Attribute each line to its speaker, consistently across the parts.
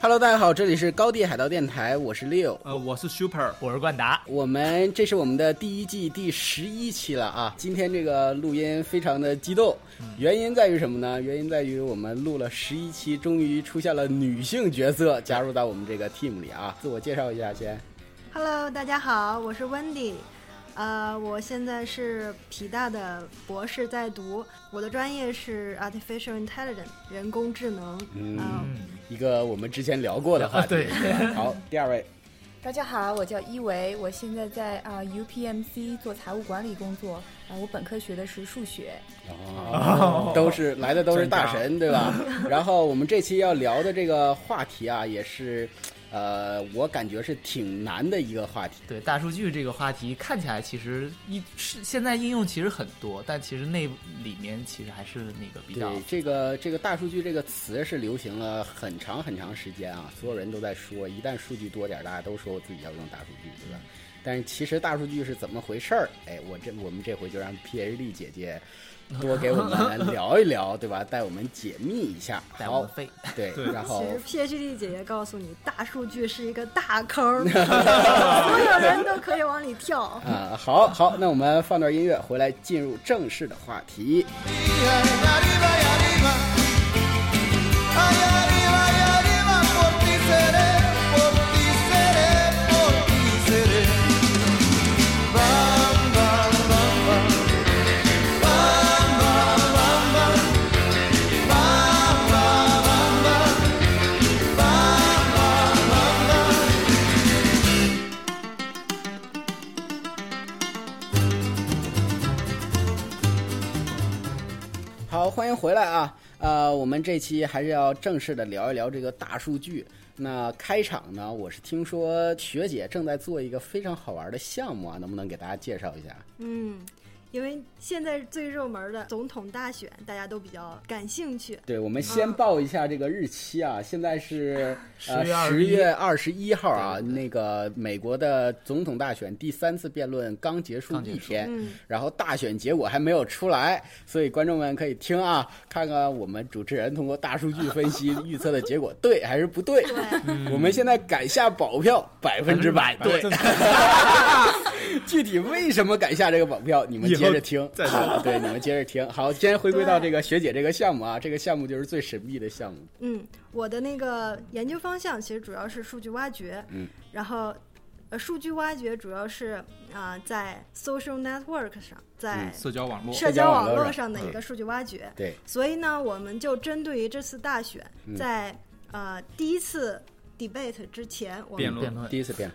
Speaker 1: Hello，大家好，这里是高地海盗电台，我是 Leo。
Speaker 2: 呃，我是 Super，
Speaker 3: 我是冠达，
Speaker 1: 我们这是我们的第一季第十一期了啊！今天这个录音非常的激动，
Speaker 3: 嗯
Speaker 1: 原因在于什么呢？原因在于我们录了十一期，终于出现了女性角色加入到我们这个 team 里啊！自我介绍一下先。
Speaker 4: Hello，大家好，我是 Wendy，呃，我现在是皮大的博士在读，我的专业是 Artificial Intelligence 人工智能，
Speaker 1: 嗯，
Speaker 4: 啊
Speaker 1: 一个我们之前聊过的话题。
Speaker 3: 啊对
Speaker 1: 吧 好，第二位，
Speaker 5: 大家好，我叫伊维，我现在在啊、UPMC 做财务管理工作，啊、我本科学的是数学，
Speaker 1: 哦，都是来的都是大神，对吧？
Speaker 3: 啊
Speaker 1: 然后我们这期要聊的这个话题啊，也是，呃，我感觉是挺难的一个话题。
Speaker 3: 对大数据这个话题，看起来其实一是现在应用其实很多，但其实那里面其实还是那个比较
Speaker 1: 对，这个这个大数据这个词是流行了很长很长时间啊，所有人都在说，一旦数据多点儿，大家都说我自己要用大数据，对吧？但是其实大数据是怎么回事儿？哎，我这我们这回就让 PhD 姐姐多给我 们聊一聊，对吧？带我们解密一下。
Speaker 3: 带我
Speaker 1: 好
Speaker 3: 们，飞。
Speaker 1: 对，
Speaker 2: 对
Speaker 1: 然后
Speaker 4: 其实 PhD 姐姐告诉你，大数据是一个大坑，所有人都可以往里跳。
Speaker 1: 啊、好好，那我们放段音乐，回来进入正式的话题。好，欢迎回来啊！呃，我们这期还是要正式的聊一聊这个大数据。那开场呢，我是听说学姐正在做一个非常好玩的项目啊，能不能给大家介绍一下？
Speaker 4: 嗯，因为现在最热门的总统大选，大家都比较感兴趣。
Speaker 1: 对，我们先报一下这个日期啊，现在是呃
Speaker 3: 10
Speaker 1: 十月二十一号啊，
Speaker 3: 对对对
Speaker 1: 那个美国的总统大选第三次辩论刚结束
Speaker 3: 刚结
Speaker 1: 一
Speaker 3: 束
Speaker 1: 天，
Speaker 4: 嗯，
Speaker 1: 然后大选结果还没有出来，所以观众们可以听啊，看看我们主持人通过大数据分析预测的结果对还是不对。
Speaker 4: 对，
Speaker 1: 我们现在敢下保票，百分之百对。具体为什么敢下这个保票，你们接着听。
Speaker 2: 以后再说
Speaker 1: 啊对，你们接着听。好，先回归到
Speaker 4: 对
Speaker 1: 这个学姐这个项目啊，这个项目就是最神秘的项目。
Speaker 4: 嗯，我的那个研究方向其实主要是数据挖掘，
Speaker 1: 嗯，
Speaker 4: 然后，呃，数据挖掘主要是啊、在 social network 上，在
Speaker 2: 社交网络，
Speaker 4: 社
Speaker 1: 嗯交
Speaker 4: 交
Speaker 1: 网
Speaker 4: 网
Speaker 1: 络
Speaker 4: 络
Speaker 1: 上
Speaker 4: 上的
Speaker 1: 嗯
Speaker 4: 一个数据挖掘。
Speaker 1: 对，
Speaker 4: 所以呢，我们就针对于这次大选，
Speaker 1: 嗯
Speaker 4: 在呃第一次 debate 之前，我
Speaker 2: 辩
Speaker 4: 们
Speaker 2: 论
Speaker 3: 辩论
Speaker 1: 第一次变，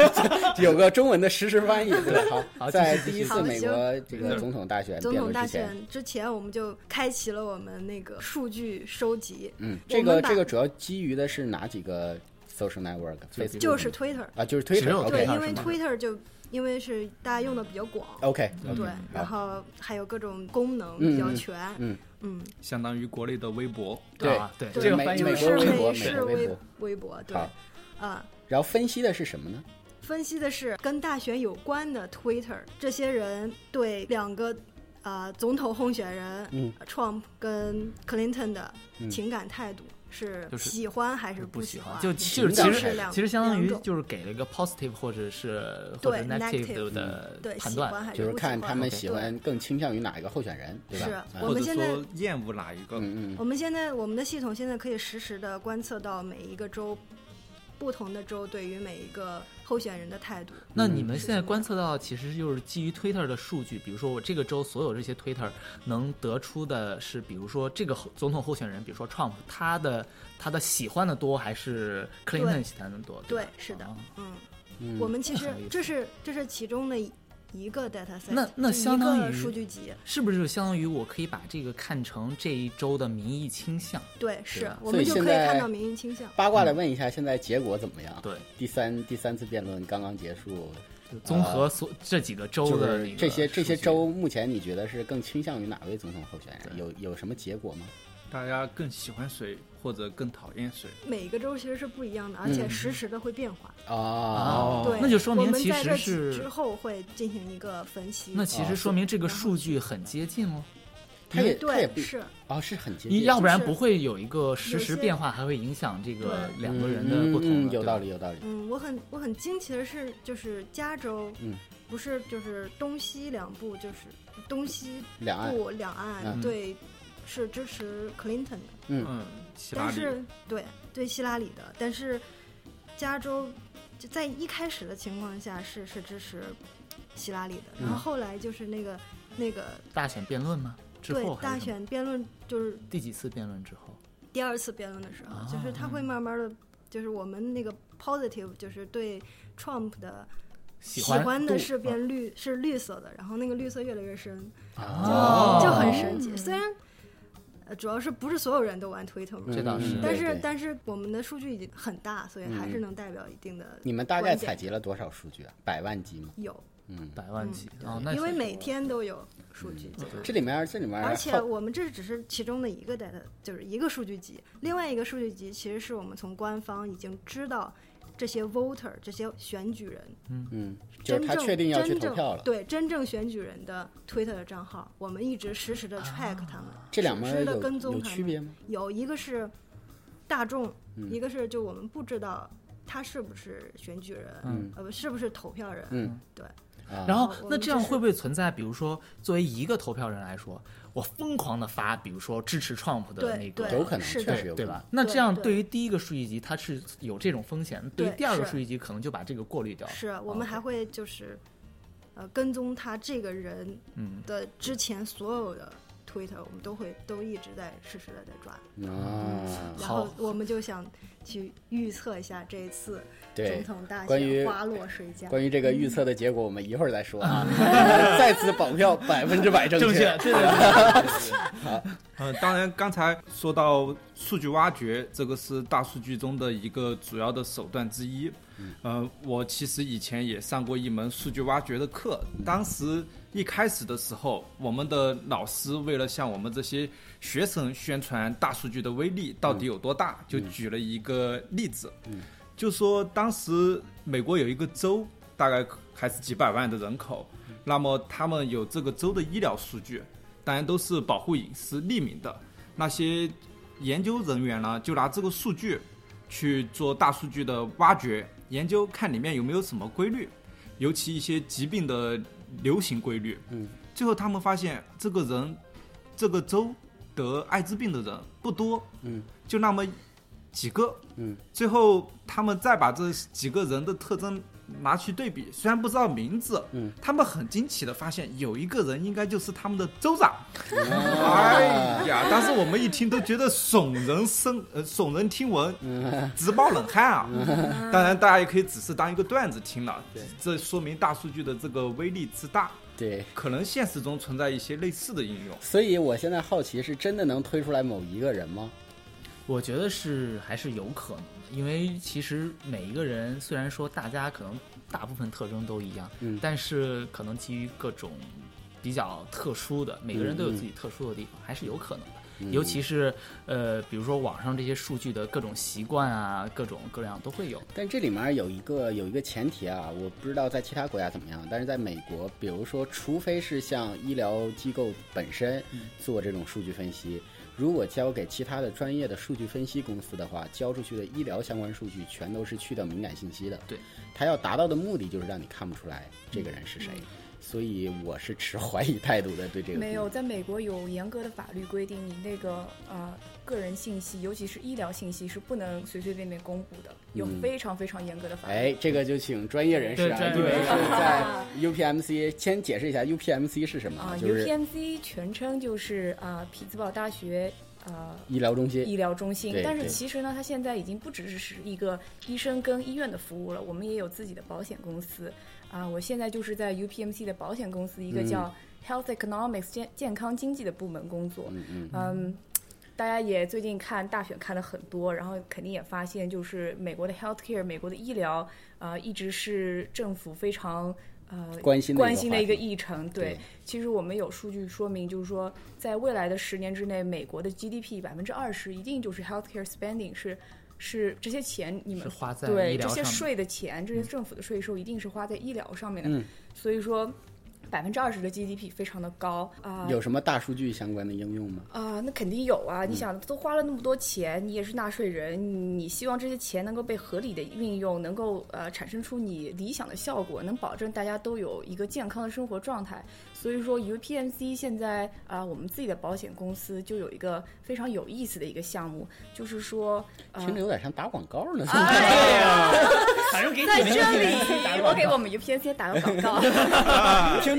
Speaker 1: 有个中文的实时翻译。对，好，
Speaker 3: 好
Speaker 1: 在
Speaker 3: 继续
Speaker 1: 第一次
Speaker 4: 继续
Speaker 1: 美国这个
Speaker 4: 嗯
Speaker 1: 总统大选
Speaker 4: 总
Speaker 1: 辩
Speaker 4: 统
Speaker 1: 论
Speaker 4: 大
Speaker 1: 之前，
Speaker 4: 选之前，我们就开启了我们那个数据收集，
Speaker 1: 嗯，
Speaker 4: 我
Speaker 1: 这
Speaker 4: 们
Speaker 1: 个
Speaker 4: 把
Speaker 1: 这个主要基于的是哪几个 social network？Facebook
Speaker 4: 就是 Twitter，
Speaker 1: 啊，就是 Twitter
Speaker 3: 只有
Speaker 1: OK。
Speaker 3: Twitter
Speaker 4: 对，因为
Speaker 3: 是吗
Speaker 4: Twitter 就因为是大家用的比较广，
Speaker 1: OK，嗯
Speaker 4: 对，然
Speaker 1: 好
Speaker 4: 后还有各种功能比较
Speaker 1: 嗯嗯
Speaker 4: 全，
Speaker 1: 嗯
Speaker 4: 嗯，
Speaker 2: 相当于国内的微博。
Speaker 1: 对
Speaker 3: 啊对
Speaker 4: 对
Speaker 1: 这个
Speaker 4: 美
Speaker 1: 翻译
Speaker 4: 就
Speaker 1: 美国
Speaker 4: 是
Speaker 1: 微博，
Speaker 4: 美
Speaker 1: 美
Speaker 4: 式
Speaker 1: 国微
Speaker 4: 微
Speaker 1: 博。
Speaker 4: 微博，对，
Speaker 1: 好
Speaker 4: 啊、
Speaker 1: 然后分析的是什么呢？
Speaker 4: 分析的是跟大选有关的 Twitter，这些人对两个呃总统候选人、
Speaker 1: 嗯
Speaker 4: Trump 跟 Clinton 的
Speaker 1: 嗯
Speaker 4: 情感态度是
Speaker 3: 就是
Speaker 4: 喜欢还是
Speaker 3: 不
Speaker 4: 喜
Speaker 3: 喜
Speaker 4: 欢？
Speaker 3: 欢，就
Speaker 1: 情
Speaker 3: 就是
Speaker 1: 感
Speaker 3: 其
Speaker 1: 是
Speaker 3: 实
Speaker 4: 两
Speaker 3: 其实相当于
Speaker 4: 两种
Speaker 3: 就是给了一个 positive 或者是或者
Speaker 4: 对
Speaker 3: negative
Speaker 4: negative 嗯
Speaker 3: 的
Speaker 4: 对
Speaker 3: 判
Speaker 4: 喜欢
Speaker 3: 断，
Speaker 4: 还
Speaker 1: 就是是
Speaker 4: 不喜
Speaker 1: 看
Speaker 4: 欢？
Speaker 1: 他们
Speaker 3: 对
Speaker 1: 喜欢更倾向于哪一个候选人，对吧？
Speaker 4: 是
Speaker 1: 嗯
Speaker 4: 我
Speaker 2: 或
Speaker 4: 们
Speaker 2: 者
Speaker 4: 现在
Speaker 2: 说厌恶哪一个？
Speaker 1: 嗯嗯
Speaker 4: 我们现在我们的系统现在可以实时的观测到每一个州。不同的州对于每一个候选人的态度，
Speaker 3: 那你们现在观测到，其实就是基于 Twitter 的数据，比如说我这个周所有这些 Twitter 能得出的是，比如说这个候总统候选人，比如说 Trump，他的他的喜欢的多还是 Clinton
Speaker 4: 对
Speaker 3: 喜欢的多？
Speaker 4: 对
Speaker 3: 吧，
Speaker 4: 是的
Speaker 3: 啊，
Speaker 4: 嗯，
Speaker 1: 嗯，
Speaker 4: 我们其实
Speaker 3: 很有意思
Speaker 4: 这是这是其中的一个 data set，
Speaker 3: 那那
Speaker 4: 就
Speaker 3: 相当
Speaker 4: 一个
Speaker 3: 于
Speaker 4: 数据集，
Speaker 3: 是不是就相当于我可以把这个看成这一周的民意倾向？
Speaker 4: 对，是
Speaker 3: 吧
Speaker 4: 我
Speaker 1: 所以
Speaker 4: 们就
Speaker 1: 现
Speaker 4: 可以
Speaker 1: 在
Speaker 4: 看到民意倾向。
Speaker 1: 八卦的问一下，现在结果怎么样？
Speaker 3: 对，
Speaker 1: 第三第三次辩论刚刚结束，
Speaker 3: 就综合所、这几个州
Speaker 1: 呃就
Speaker 3: 的
Speaker 1: 是
Speaker 3: 那个
Speaker 1: 这些这些
Speaker 3: 数据
Speaker 1: 州目前你觉得是更倾向于哪位总统候选人？
Speaker 3: 对
Speaker 1: 有有什么结果吗？
Speaker 2: 大家更喜欢谁，或者更讨厌谁？
Speaker 4: 每个州其实是不一样的，而且实时的会变化。
Speaker 1: 哦，
Speaker 3: 嗯
Speaker 4: 对，
Speaker 3: 啊那就说明
Speaker 4: 我们在
Speaker 3: 其实
Speaker 4: 这
Speaker 3: 是
Speaker 4: 之后会进行一个分析。嗯
Speaker 3: 那其
Speaker 1: 哦
Speaker 3: 实说明这个数据很接近哦。
Speaker 1: 它也它也
Speaker 4: 对，
Speaker 1: 不
Speaker 4: 是
Speaker 1: 哦，是很接
Speaker 3: 你
Speaker 1: 近，
Speaker 3: 要不然
Speaker 4: 就是
Speaker 3: 不会有一个实时
Speaker 4: 有些
Speaker 3: 变化，还会影响这个
Speaker 4: 对
Speaker 3: 两个人的不同
Speaker 1: 嗯
Speaker 3: 了。
Speaker 1: 嗯有
Speaker 3: 对
Speaker 1: 道
Speaker 3: 吧
Speaker 1: 理，。有道理。
Speaker 4: 嗯，我很我很惊奇的是，就是加州，
Speaker 1: 嗯
Speaker 4: 不是就是东西两部，就是东西
Speaker 1: 两岸，
Speaker 4: 部两岸、
Speaker 1: 嗯
Speaker 4: 对是支持 Clinton 的，
Speaker 2: 嗯，希拉
Speaker 4: 但
Speaker 2: 里
Speaker 4: 是对对希拉里的，但是加州就在一开始的情况下是是支持希拉里的，然后
Speaker 1: 嗯
Speaker 4: 后来就是那个那个
Speaker 3: 大选辩论吗？之
Speaker 4: 对
Speaker 3: 后还
Speaker 4: 大
Speaker 3: 是什么
Speaker 4: 选辩论就是
Speaker 3: 第几次辩论之后？
Speaker 4: 第二次辩论的时候，就是他
Speaker 3: 啊
Speaker 4: 会慢慢的，就是我们那个 positive，就是对 Trump 的
Speaker 3: 喜
Speaker 4: 喜
Speaker 3: 欢
Speaker 4: 欢的
Speaker 3: 度
Speaker 4: 是
Speaker 3: 啊
Speaker 4: 变绿，是绿色的，然后那个绿色越来越深，
Speaker 3: 哦
Speaker 4: 就很神奇。
Speaker 5: 嗯
Speaker 4: 虽然呃主要是不是所有人都玩 Twitter 嘛，
Speaker 3: 这倒是
Speaker 1: 嗯
Speaker 4: 但
Speaker 1: 对
Speaker 4: 是
Speaker 1: 对
Speaker 4: 但是我们的数据已经很大，所以还是
Speaker 1: 嗯
Speaker 4: 能代表一定的
Speaker 1: 你们大概
Speaker 4: 关键
Speaker 1: 采集了多少数据啊？百万级吗？
Speaker 4: 有，
Speaker 1: 嗯，
Speaker 3: 百万级
Speaker 1: 嗯
Speaker 3: 啊
Speaker 1: 对，
Speaker 3: 那
Speaker 4: 因为
Speaker 3: 是
Speaker 4: 每天都有数据这样。
Speaker 1: 这里面儿这里面儿后，
Speaker 4: 而且我们这只是其中的一个 data，就是一个数据集。另外一个数据集其实是我们从官方已经知道这些 voter 这些选举人
Speaker 1: 嗯，就
Speaker 4: 真
Speaker 1: 是
Speaker 4: 正
Speaker 1: 他确定要去投票
Speaker 4: 真正
Speaker 1: 了。
Speaker 4: 对真正选举人的 Twitter 账号，我们一直实时
Speaker 1: 啊
Speaker 4: 的 track 他们。
Speaker 1: 这两门
Speaker 4: 实
Speaker 1: 儿
Speaker 4: 时的
Speaker 1: 有
Speaker 4: 跟踪
Speaker 1: 有
Speaker 4: 他
Speaker 1: 区
Speaker 4: 们
Speaker 1: 别吗？
Speaker 4: 有一个是大众，
Speaker 1: 嗯
Speaker 4: 一个是就我们不知道他是不是选举人，
Speaker 1: 嗯
Speaker 4: 呃不是不是投票人，
Speaker 1: 嗯，
Speaker 4: 对。
Speaker 1: 啊
Speaker 3: 然后
Speaker 4: 我，
Speaker 3: 那
Speaker 4: 们
Speaker 3: 这样
Speaker 4: 就是
Speaker 3: 会不会存在，比如说，作为一个投票人来说，我疯狂的发，比如说支持 Trump 的
Speaker 4: 对
Speaker 3: 那个，
Speaker 4: 对
Speaker 1: 有可能，
Speaker 4: 是
Speaker 1: 确
Speaker 4: 的
Speaker 1: 实有可
Speaker 3: 对
Speaker 1: 能
Speaker 3: 吧？？那
Speaker 4: 对
Speaker 3: 这样
Speaker 4: 对
Speaker 3: 对于第一个数据集，它是有这种风险；对于
Speaker 4: 对
Speaker 3: 第二个
Speaker 4: 是
Speaker 3: 数据集，可能就把这个过滤掉了。
Speaker 4: 是我
Speaker 1: 哦
Speaker 4: 们还会就是呃跟踪他这个人
Speaker 3: 嗯，
Speaker 4: 的之前所有的 Twitter，我们都会都一直在实时的在抓，
Speaker 1: 啊，
Speaker 4: 然
Speaker 3: 好
Speaker 4: 后我们就想去预测一下这一次总
Speaker 1: 对。
Speaker 4: 统大
Speaker 1: 关于
Speaker 4: 选花落谁家。
Speaker 1: 关于这个预测的结果，我们一会儿再说 啊。再次保票百分之百正
Speaker 3: 正
Speaker 1: 确
Speaker 3: 确，。对对对，
Speaker 2: 呃，当然，刚才说到数据挖掘，这个是大数据中的一个主要的手段之一。呃，我其实以前也上过一门数据挖掘的课，当时一开始的时候，我们的老师为了向我们这些学生宣传大数据的威力到底有多大，就举了一个例子，就说当时美国有一个州，大概还是几百万的人口，那么他们有这个州的医疗数据，当然都是保护隐私匿名的。那些研究人员呢，就拿这个数据去做大数据的挖掘研究，看里面有没有什么规律，尤其一些疾病的流行规律。
Speaker 1: 嗯，
Speaker 2: 最后他们发现这个人，这个州得艾滋病的人不多，
Speaker 1: 嗯，
Speaker 2: 就那么几个。
Speaker 1: 嗯，
Speaker 2: 最后他们再把这几个人的特征拿去对比，虽然不知道名字，
Speaker 1: 嗯，
Speaker 2: 他们很惊奇的发现有一个人应该就是他们的州长。
Speaker 1: 啊
Speaker 2: 哎呀，当时我们一听都觉得耸人生，呃，耸人听闻，直冒冷汗啊！当然，大家也可以只是当一个段子听了，这说明大数据的这个威力之大，
Speaker 1: 对，
Speaker 2: 可能现实中存在一些类似的应用。
Speaker 1: 所以我现在好奇，是真的能推出来某一个人吗？
Speaker 3: 我觉得是还是有可能的，因为其实每一个人虽然说大家可能大部分特征都一样，
Speaker 1: 嗯
Speaker 3: 但是可能基于各种比较特殊的，每个人都有
Speaker 2: 嗯
Speaker 3: 自己特殊的地方，还是有可能的。尤其是呃，比如说网上这些数据的各种习惯啊，各种各样都会
Speaker 5: 哦
Speaker 3: 有。
Speaker 1: 但这里面有一个有一个前提啊，我不知道在其他国家怎么样，但是在美国，比如说，除非是像医疗机构本身
Speaker 3: 嗯
Speaker 1: 做这种数据分析，如果交给其他的专业的数据分析公司的话，交出去的医疗相关数据全都是去掉敏感信息的。
Speaker 3: 对，
Speaker 1: 它要达到的目的就是让你看不出来这个人是
Speaker 3: 嗯
Speaker 1: 谁。所以我是持怀疑态度的，对这个
Speaker 5: 没有，在美国有严格的法律规定，你那个呃个人信息，尤其是医疗信息，是不能随随便便公布的，有
Speaker 1: 嗯
Speaker 5: 非常非常严格的法律。
Speaker 1: 哎，这个就请专业人士啊，
Speaker 3: 对
Speaker 1: 你们
Speaker 3: 专业
Speaker 1: 是在 UPMC 先解释一下 UPMC 是什么
Speaker 5: 啊、
Speaker 1: 啊？就
Speaker 5: u
Speaker 1: 是
Speaker 5: p m c 全称就是啊、匹兹堡大学啊。呃
Speaker 1: 医疗中心。
Speaker 5: 医疗中心
Speaker 1: 对，
Speaker 5: 但
Speaker 1: 对
Speaker 5: 是其实呢，它现在已经不只是是一个医生跟医院的服务了，我们也有自己的保险公司啊。我现在就是在 UPMC 的保险公司一个
Speaker 1: 嗯
Speaker 5: 叫 Health Economics 健健康经济的部门工作。
Speaker 1: 嗯嗯
Speaker 5: 嗯，大家也最近看大选看的很多，然后肯定也发现，就是美国的 healthcare，美国的医疗，呃，一直是政府非常呃
Speaker 1: 关心的一个
Speaker 5: 关心的一个
Speaker 1: 话题
Speaker 5: 议程。
Speaker 1: 对
Speaker 5: 其实我们有数据说明，就是说在未来的十年之内，美国的 GDP 百分之二十一定就是 healthcare spending 是。是这些钱，你
Speaker 3: 是
Speaker 5: 们
Speaker 3: 花在医
Speaker 5: 对
Speaker 3: 疗
Speaker 5: 这些
Speaker 3: 上面
Speaker 5: 税的钱，这些政府的税收一定是花在医疗上面的。
Speaker 1: 嗯
Speaker 5: 所以说，百分之二十的 GDP 非常的高啊。
Speaker 1: 有什么大数据相关的应用吗？
Speaker 5: 啊、那肯定有啊！你想，都花了那么多钱，你也是纳税人，你你希望这些钱能够被合理的运用，能够呃产生出你理想的效果，能保证大家都有一个健康的生活状态。所以说，UPMC 现在啊、我们自己的保险公司就有一个非常有意思的一个项目，就是说，呃
Speaker 1: 听着有点像打广告呢。
Speaker 5: 哎呀，
Speaker 3: 反 正给
Speaker 5: 在
Speaker 3: 你
Speaker 5: 这
Speaker 3: 们
Speaker 5: 里我给我们 UPMC 打个广告。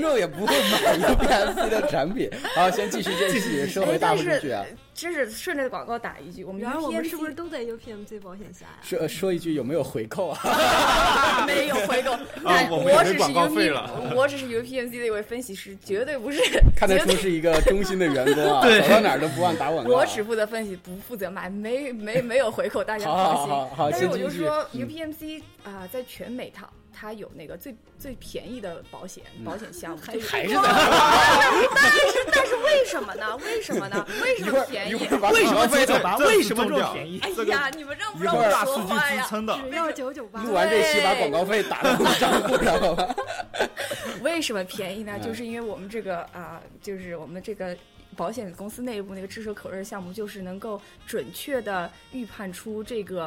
Speaker 1: 听众也不会买 UPSC 的产 品。好，先继续这期社会
Speaker 5: 哎，
Speaker 1: 大
Speaker 5: 但
Speaker 1: 数据
Speaker 5: 是
Speaker 1: 啊，
Speaker 5: 真是顺着广告打一句，我们
Speaker 4: 然而我们是不是
Speaker 5: UPMC
Speaker 4: 都得 UPMC 保险侠呀？
Speaker 1: 说说一句有没有回扣啊？
Speaker 5: 没有回购，但
Speaker 2: 我们
Speaker 5: 我
Speaker 2: 也
Speaker 5: 只
Speaker 2: 没
Speaker 5: 是
Speaker 2: 广告
Speaker 5: UP，
Speaker 2: 费了
Speaker 5: 我只是 UPMC 的一位分析师，绝对不是，
Speaker 1: 看得
Speaker 5: 绝
Speaker 1: 出
Speaker 5: 对。
Speaker 1: 是一个忠心的员工啊，
Speaker 2: 对
Speaker 1: 走到哪儿都不忘打广告。啊
Speaker 5: 我只负责分析，不负责卖，没没没有回扣，大家
Speaker 1: 好
Speaker 5: 放
Speaker 1: 好
Speaker 5: 心。
Speaker 1: 好好，
Speaker 5: 但是
Speaker 1: 先
Speaker 5: 我
Speaker 1: 继
Speaker 5: 就
Speaker 1: 续。
Speaker 5: 说
Speaker 1: 嗯
Speaker 5: UPMC 啊、在全美它它有那个最最便宜的保险保险项目，就是
Speaker 1: 嗯还是
Speaker 5: 但
Speaker 1: 在
Speaker 5: 是 但是为什么呢？为什么呢？为什
Speaker 1: 一
Speaker 5: 么
Speaker 1: 会儿
Speaker 5: 便
Speaker 1: 一
Speaker 5: 宜？
Speaker 1: 会儿把
Speaker 3: 为什
Speaker 1: 广告
Speaker 3: 么九
Speaker 1: 费
Speaker 3: 九八？
Speaker 2: 这
Speaker 3: 为什么
Speaker 2: 这
Speaker 3: 这么
Speaker 2: 重
Speaker 3: 便宜？
Speaker 5: 哎
Speaker 2: 这个
Speaker 5: 呀，你们让不
Speaker 2: 一
Speaker 5: 让
Speaker 2: 会
Speaker 5: 我
Speaker 2: 儿大
Speaker 5: 说
Speaker 2: 数据
Speaker 5: 话呀
Speaker 2: 支？撑的，
Speaker 4: 只要九九八，
Speaker 1: 录完这期把广告费打到我账户上好吧？
Speaker 5: 为什么便宜呢？
Speaker 1: 嗯
Speaker 5: 就是因为我们这个啊、就是我们这个保险公司内部那个炙手可热项目，就是能够准确的预判出这个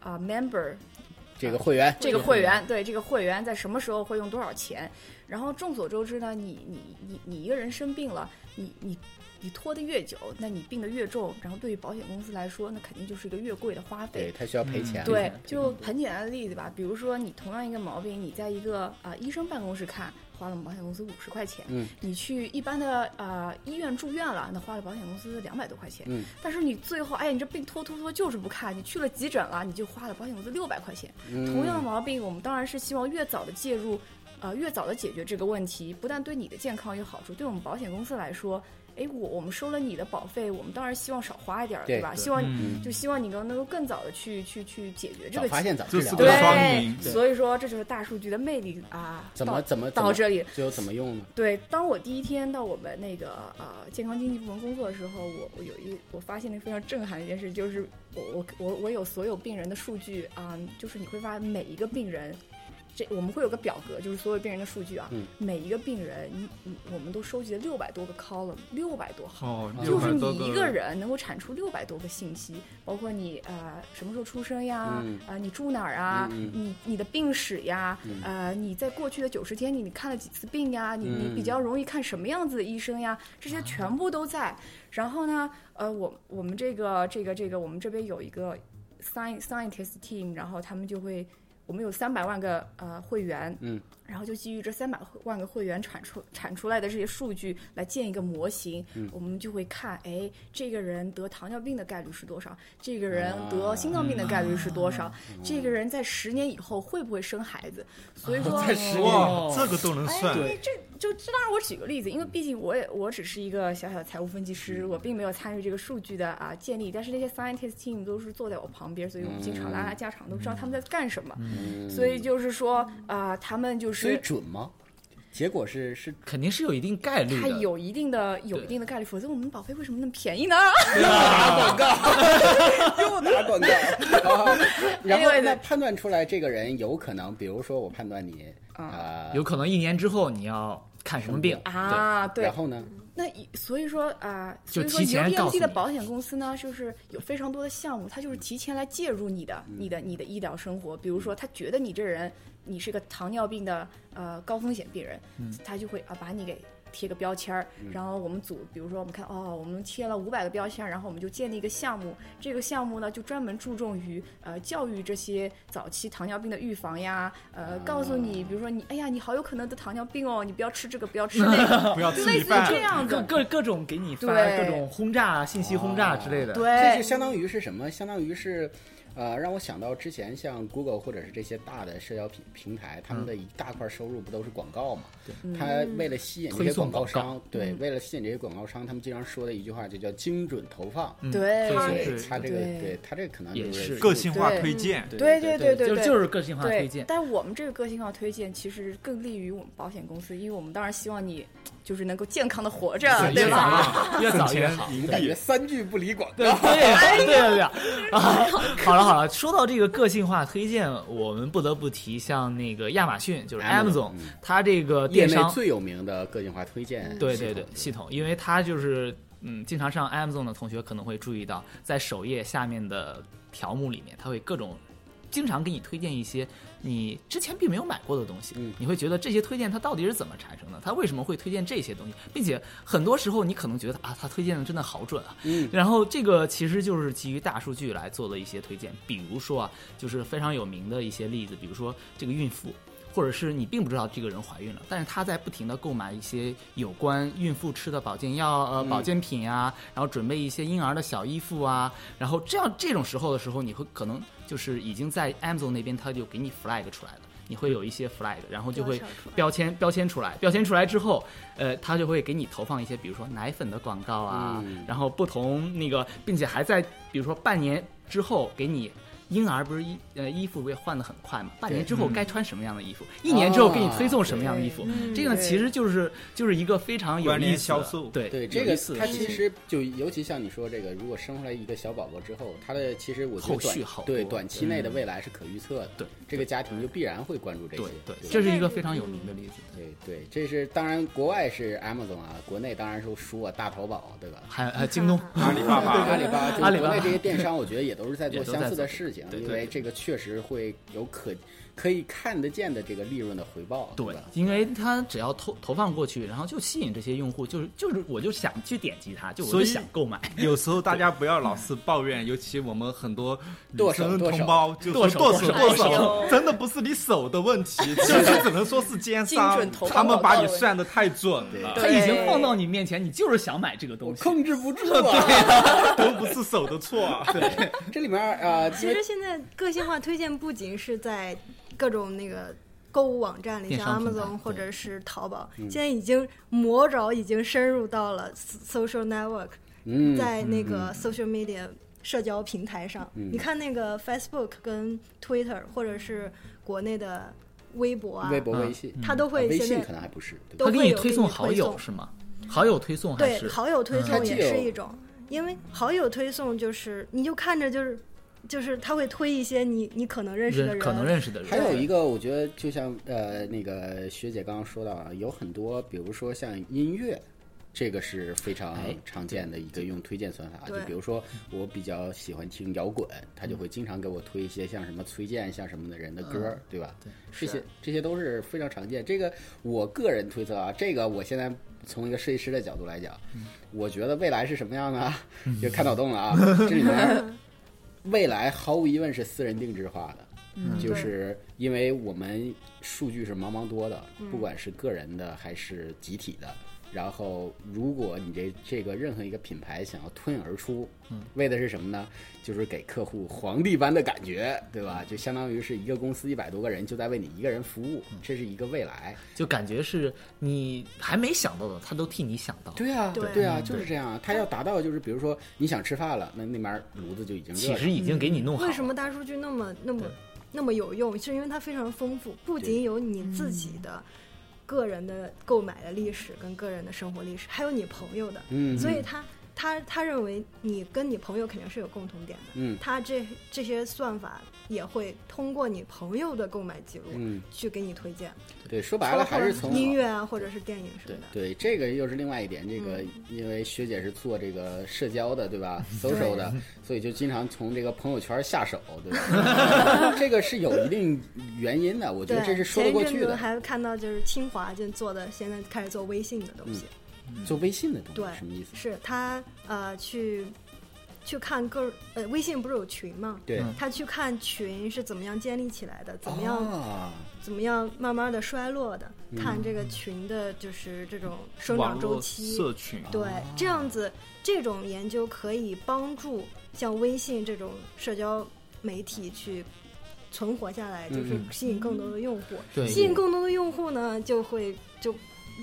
Speaker 5: 啊、member
Speaker 1: 这个会员，
Speaker 5: 这个会员，对这个会员在什么时候会用多少钱？然后众所周知呢，你你你你一个人生病了，你你你拖得越久，那你病得越重，然后对于保险公司来说，那肯定就是一个越贵的花费
Speaker 1: 对。他需要赔钱。
Speaker 5: 对，就很简单的例子吧，比如说你同样一个毛病，你在一个啊、医生办公室看，花了我们保险公司五十块钱，
Speaker 1: 嗯
Speaker 5: 你去一般的啊、医院住院了，那花了保险公司两百多块钱，
Speaker 1: 嗯
Speaker 5: 但是你最后哎，你这病拖拖拖就是不看，你去了急诊了，你就花了保险公司六百块钱，
Speaker 1: 嗯
Speaker 5: 同样的毛病，我们当然是希望越早的介入，呃，越早的解决这个问题，不但对你的健康有好处，对我们保险公司来说，哎，我我们收了你的保费，我们当然希望少花一点儿，
Speaker 1: 对
Speaker 5: 吧？
Speaker 1: 对
Speaker 5: 希望
Speaker 2: 嗯，
Speaker 5: 就希望你能能够更早的去去去解决这
Speaker 1: 早
Speaker 5: 个
Speaker 1: 发
Speaker 5: 情。
Speaker 1: 现早治
Speaker 2: 这
Speaker 1: 疗
Speaker 2: 是个
Speaker 1: 嘛，
Speaker 2: 双赢
Speaker 5: 对，
Speaker 2: 对
Speaker 5: 所以说这就是大数据的魅力啊！
Speaker 1: 怎么
Speaker 5: 到
Speaker 1: 怎么
Speaker 5: 到这里？
Speaker 1: 最后怎么用呢？
Speaker 5: 对，当我第一天到我们那个呃健康经济部门工作的时候，我我有一我发现了一个非常震撼的一件事，就是我我我我有所有病人的数据啊、就是你会发现每一个病人，这我们会有个表格，就是所有病人的数据啊，
Speaker 1: 嗯
Speaker 5: 每一个病人，你你我们都收集了六百多个 column，六百多行。
Speaker 2: 哦，
Speaker 5: 就
Speaker 2: 六
Speaker 5: 是
Speaker 2: 百多
Speaker 5: 你一个人能够产出六百多个信息，包括你呃什么时候出生呀，啊、
Speaker 1: 嗯
Speaker 5: 你住哪儿啊，
Speaker 1: 嗯
Speaker 5: 你你的病史呀，
Speaker 1: 嗯
Speaker 5: 呃你在过去的九十天里你看了几次病呀，你
Speaker 1: 嗯啊
Speaker 5: 你比较容易看什么样子的医生呀，这些全部都在。然后呢，呃，我我们这个这个这个我们这边有一个 science scientist team，然后他们就会。我们有三百万个呃会员，
Speaker 1: 嗯，
Speaker 5: 然后就基于这三百万个会员产出产出来的这些数据来建一个模型，
Speaker 1: 嗯
Speaker 5: 我们就会看，哎，这个人得糖尿病的概率是多少？这个人
Speaker 1: 啊嗯
Speaker 5: 得心脏病的概率是多少？这个人在十年以后会不会生孩子？所以说，
Speaker 1: 哦在十年
Speaker 2: 哇，这个都能
Speaker 5: 哎，
Speaker 2: 算，
Speaker 5: 这就这当然我举个例子，因为毕竟我也我只是一个小小的财务分析师，
Speaker 1: 嗯
Speaker 5: 我并没有参与这个数据的啊建立，但是那些 scientist team 都是坐在我旁边，所以我们经
Speaker 1: 嗯
Speaker 5: 常拉拉家常，都知道他们在干什么。所以就是说啊、他们就
Speaker 1: 所以
Speaker 5: 是。
Speaker 1: 准吗？结果是 是
Speaker 3: 肯定是有一定概率
Speaker 5: 它
Speaker 3: 的。
Speaker 5: 有一定的有一定的概率，否则我们保费为什么那么便宜呢？
Speaker 1: 又打广告，然后
Speaker 5: 对对
Speaker 1: 那
Speaker 5: 对
Speaker 1: 判断出来这个人有可能，比如说我判断你啊，
Speaker 3: 有可能一年之后你要看什么病？
Speaker 5: 啊，对
Speaker 1: 然，后呢，
Speaker 5: 那以所以说啊、
Speaker 3: 就
Speaker 5: 所以说
Speaker 3: 提前告诉
Speaker 5: UPMC 的
Speaker 3: 你
Speaker 5: 保险公司呢，就是有非常多的项目，它就是提前来介入你的、
Speaker 3: 嗯
Speaker 5: 你的、你的医疗生活。比如说，他觉得你这人你是个糖尿病的呃高风险病人，
Speaker 3: 嗯
Speaker 5: 他就会啊把你给。贴个标签儿，然后我们组，比如说我们看哦，我们贴了五百个标签儿，然后我们就建立一个项目，这个项目呢就专门注重于呃教育这些早期糖尿病的预防呀，呃告诉你，
Speaker 3: 啊
Speaker 5: 比如说你哎呀你好有可能得糖尿病哦，你不要吃这个不要吃那个，
Speaker 2: 不要
Speaker 5: 就
Speaker 2: 吃
Speaker 5: 类
Speaker 2: 米
Speaker 5: 似于
Speaker 2: 饭
Speaker 5: 这，样
Speaker 3: 各
Speaker 5: 的，
Speaker 3: 各各种给你发
Speaker 5: 对
Speaker 3: 各种轰炸信息轰炸之类的。
Speaker 1: 这
Speaker 5: 对
Speaker 1: 就，相当于是什么？相当于是，呃，让我想到之前像 Google 或者是这些大的社交平平台，他们的一大块收入不都是广告嘛？对，他为了吸引这
Speaker 3: 嗯推
Speaker 1: 些
Speaker 3: 送
Speaker 1: 广告
Speaker 3: 广告
Speaker 1: 商，对，为了吸引这些广告商，他们经常说的一句话就叫精准投放。
Speaker 3: 嗯
Speaker 5: 对
Speaker 3: 所
Speaker 1: 对
Speaker 3: 以是
Speaker 1: 他这个，
Speaker 5: 对
Speaker 1: 对他这个可能
Speaker 3: 也
Speaker 1: 就是
Speaker 2: 个性化推荐，
Speaker 1: 对
Speaker 5: 对
Speaker 1: 对
Speaker 3: 对
Speaker 5: 对对
Speaker 3: 就是
Speaker 5: 对
Speaker 3: 就是个性化推
Speaker 5: 对
Speaker 3: 荐，。
Speaker 5: 但我们这个个性化推荐其实更利于我们保险公司，因为我们当然希望你就是能够健康的活着，对
Speaker 3: 越早
Speaker 5: 吧？
Speaker 3: 啊越
Speaker 2: 挣
Speaker 3: 早越
Speaker 2: 钱
Speaker 3: 好。
Speaker 2: 盈
Speaker 1: 感觉
Speaker 2: 利，
Speaker 1: 三句不离广告。
Speaker 3: 对对对对对啊！好了好了，说到这个个性化推荐，我们不得不提像那个亚马逊，就是
Speaker 1: Amazon，
Speaker 3: Amazon，
Speaker 1: 嗯
Speaker 3: 它这个
Speaker 1: 业
Speaker 3: 呃电
Speaker 1: 内
Speaker 3: 商
Speaker 1: 最有名的个性化推荐，
Speaker 3: 对对对，系统，因为它就是嗯，经常上 Amazon 的同学可能会注意到，在首页下面的条目里面，它会各种经常给你推荐一些你之前并没有买过的东西，
Speaker 1: 嗯
Speaker 3: 你会觉得这些推荐它到底是怎么产生的？它为什么会推荐这些东西？并且很多时候你可能觉得啊，它推荐的真的好准啊，
Speaker 1: 嗯，
Speaker 3: 然后这个其实就是基于大数据来做的一些推荐，比如说啊，就是非常有名的一些例子，比如说这个孕妇。或者是你并不知道这个人怀孕了，但是她在不停的购买一些有关孕妇吃的保健药、呃
Speaker 1: 嗯
Speaker 3: 保健品啊，然后准备一些婴儿的小衣服啊，然后这样这种时候的时候，你会可能就是已经在 Amazon 那边，它就给你 flag 出来了，你会有一些 flag，然后就会
Speaker 4: 多少出来
Speaker 3: 标签标签出来，标签出来之后，呃，它就会给你投放一些，比如说奶粉的广告啊，
Speaker 1: 嗯
Speaker 3: 然后不同那个，并且还在比如说半年之后给你。婴儿不是衣呃衣服不也换的很快嘛？半年之后
Speaker 2: 嗯
Speaker 3: 该穿什么样的衣服，一年之后给你推送什么
Speaker 5: 对
Speaker 3: 样的衣服，
Speaker 4: 嗯
Speaker 3: 这个呢
Speaker 5: 对
Speaker 3: 其实就是就是一个非常有
Speaker 2: 关
Speaker 3: 意
Speaker 2: 联
Speaker 3: 思
Speaker 2: 销
Speaker 3: 的
Speaker 2: 售
Speaker 3: 对
Speaker 1: 对
Speaker 3: 有
Speaker 1: 这
Speaker 3: 意
Speaker 1: 个
Speaker 3: 思，的
Speaker 1: 它
Speaker 3: 事
Speaker 1: 其
Speaker 3: 情
Speaker 1: 实就尤其像你说这个，如果生出来一个小宝宝之后，它的其实我觉得
Speaker 3: 后续
Speaker 1: 短
Speaker 3: 好多
Speaker 1: 对短期内的未来是可预测的，
Speaker 3: 对
Speaker 1: 这个家庭就必然会关注这些
Speaker 3: 对，对，
Speaker 1: 吧
Speaker 3: 这是一个非常有名的例子。
Speaker 1: 对对，这是当然，国外是 Amazon 啊，国内当然是数我大淘宝，对吧？
Speaker 3: 还有还有京东，
Speaker 2: 阿里巴巴
Speaker 1: 对阿里巴巴，就是
Speaker 3: 阿里
Speaker 1: 国
Speaker 3: 巴巴
Speaker 1: 内这些电商，我觉得也都是在做
Speaker 3: 也都在
Speaker 1: 相似的
Speaker 3: 做
Speaker 1: 事情，
Speaker 3: 对对
Speaker 1: 因为这个确实会有可可以看得见的这个利润的回报，
Speaker 3: 对
Speaker 1: 吧？，
Speaker 3: 因为它只要投投放过去，然后就吸引这些用户，就是就是我就想去点击它，就我
Speaker 2: 所
Speaker 3: 就
Speaker 2: 以
Speaker 3: 想购买。
Speaker 2: 有时候大家不要老是抱怨，尤其我们很多女
Speaker 1: 剁手
Speaker 2: 生
Speaker 1: 剁手哎
Speaker 2: 同胞就说
Speaker 3: 剁手
Speaker 2: 剁
Speaker 3: 剁
Speaker 2: 手
Speaker 3: 手
Speaker 2: 剁
Speaker 5: 剁
Speaker 2: 手
Speaker 5: 手，
Speaker 2: 真的不是你手的问 题，就是只能说是奸
Speaker 5: 精
Speaker 2: 商
Speaker 5: 准投，放
Speaker 2: 他们把
Speaker 5: 广
Speaker 2: 你
Speaker 5: 告
Speaker 2: 算的太准了，
Speaker 3: 它已经放到你面前，你就是想买这个
Speaker 1: 我
Speaker 3: 东西。
Speaker 1: 控制不 住啊！
Speaker 2: 都不是手的错啊。对，
Speaker 1: 这里面啊，
Speaker 4: 其
Speaker 1: 因为
Speaker 4: 实现在个性化推荐不仅是在各种那个购物网站里，
Speaker 3: 电商
Speaker 4: 像
Speaker 3: 平台
Speaker 4: Amazon 或
Speaker 3: 对
Speaker 4: 者是淘宝，现在已经魔爪已经深入到了 social network，
Speaker 1: 嗯，
Speaker 4: 在那个 social media 社交平台上。
Speaker 1: 嗯
Speaker 4: 你看那个 Facebook 跟 Twitter，或者是国内的微博啊，
Speaker 1: 微博、
Speaker 3: 啊
Speaker 1: 微信，
Speaker 4: 它都
Speaker 1: 啊
Speaker 4: 会
Speaker 1: 微
Speaker 4: 现
Speaker 1: 信
Speaker 4: 在
Speaker 1: 可能还不是，对吧
Speaker 4: 都
Speaker 3: 它
Speaker 4: 会
Speaker 3: 给
Speaker 4: 有
Speaker 3: 你
Speaker 4: 给
Speaker 3: 推
Speaker 4: 你
Speaker 3: 送
Speaker 4: 推
Speaker 3: 好友
Speaker 4: 送
Speaker 3: 是吗？好友推送还
Speaker 4: 对
Speaker 3: 是？
Speaker 4: 好友推
Speaker 1: 它
Speaker 4: 送
Speaker 1: 既
Speaker 4: 也是
Speaker 1: 有
Speaker 4: 一种，因为好友推送就是你就看着就是就是他会推一些你你可能认识的
Speaker 3: 认可能认识的人。
Speaker 1: 还有一个，我觉得就像呃，那个学姐刚刚说到啊，有很多，比如说像音乐，这个是非常
Speaker 3: 哎
Speaker 1: 常见的一个用推荐算法。就
Speaker 4: 对
Speaker 1: 比如说我比较喜欢听摇滚，他就会经常给我推一些像什么崔健、像什么的人的歌，对吧？
Speaker 3: 嗯对
Speaker 1: 这些这些都是非常常见。这个我个人推测啊，这个我现在从一个设计师的角度来讲，
Speaker 3: 嗯
Speaker 1: 我觉得未来是什么样呢？ 就看脑洞了啊，这里面未来毫无疑问是私人定制化的。
Speaker 5: 嗯
Speaker 1: 就
Speaker 4: 对嗯
Speaker 1: 是因为我们数据是茫茫多的，不管是个人的还是集体的。然后，如果你这这个任何一个品牌想要脱颖而出，为的是什么呢？就是给客户皇帝般的感觉，对吧？就相当于是一个公司一百多个人就在为你一个人服务，这是一个未来。
Speaker 3: 就感觉是你还没想到的，他都替你想到。
Speaker 1: 对啊，
Speaker 4: 对
Speaker 1: 对啊，就是这样啊。他要达到就是，比如说你想吃饭了，那那边炉子就已经热
Speaker 3: 其
Speaker 1: 了。
Speaker 3: 实已经给你弄好了。
Speaker 4: 为什么大数据那么那么
Speaker 3: 对
Speaker 4: 那么有用？是因为它非常丰富，不
Speaker 1: 对
Speaker 4: 仅有你
Speaker 3: 嗯
Speaker 4: 自己的个人的购买的历史跟个人的生活历史，还有你朋友的。
Speaker 1: 嗯，
Speaker 4: 所以他他他认为你跟你朋友肯定是有共同点的。
Speaker 1: 嗯
Speaker 4: 他这这些算法也会通过你朋友的购买记录
Speaker 1: 嗯，
Speaker 4: 去给你推荐，
Speaker 1: 对，说白了还是从
Speaker 4: 音乐啊，或者是电影什么的。
Speaker 1: 对，这个又是另外一点。这个
Speaker 4: 嗯
Speaker 1: 因为学姐是做这个社交的，对吧？social 的，所以就经常从这个朋友圈下手，对吧？ 这个是有一定原因的，我觉
Speaker 4: 对
Speaker 1: 得，这是说得
Speaker 4: 前一
Speaker 1: 过
Speaker 4: 阵
Speaker 1: 去
Speaker 4: 子
Speaker 1: 的。
Speaker 4: 还看到，就是清华就做的，现在开始做微信的东西，
Speaker 1: 嗯做微信的东
Speaker 4: 对
Speaker 1: 西什么意思？
Speaker 4: 是他呃去去看个呃微信不是有群吗？
Speaker 1: 对，
Speaker 3: 嗯
Speaker 4: 他去看群是怎么样建立起来的，怎么样、
Speaker 1: 啊，
Speaker 4: 怎么样慢慢的衰落的，
Speaker 1: 嗯
Speaker 4: 看这个群的就是这种生
Speaker 2: 网
Speaker 4: 长
Speaker 2: 络
Speaker 4: 周期。
Speaker 2: 社群，
Speaker 4: 对，这样子这种研究可以帮助像微信这种社交媒体去存活下来，就是
Speaker 1: 嗯
Speaker 4: 吸引更多的用户。
Speaker 3: 对
Speaker 4: 吸引更多的用户呢，就会就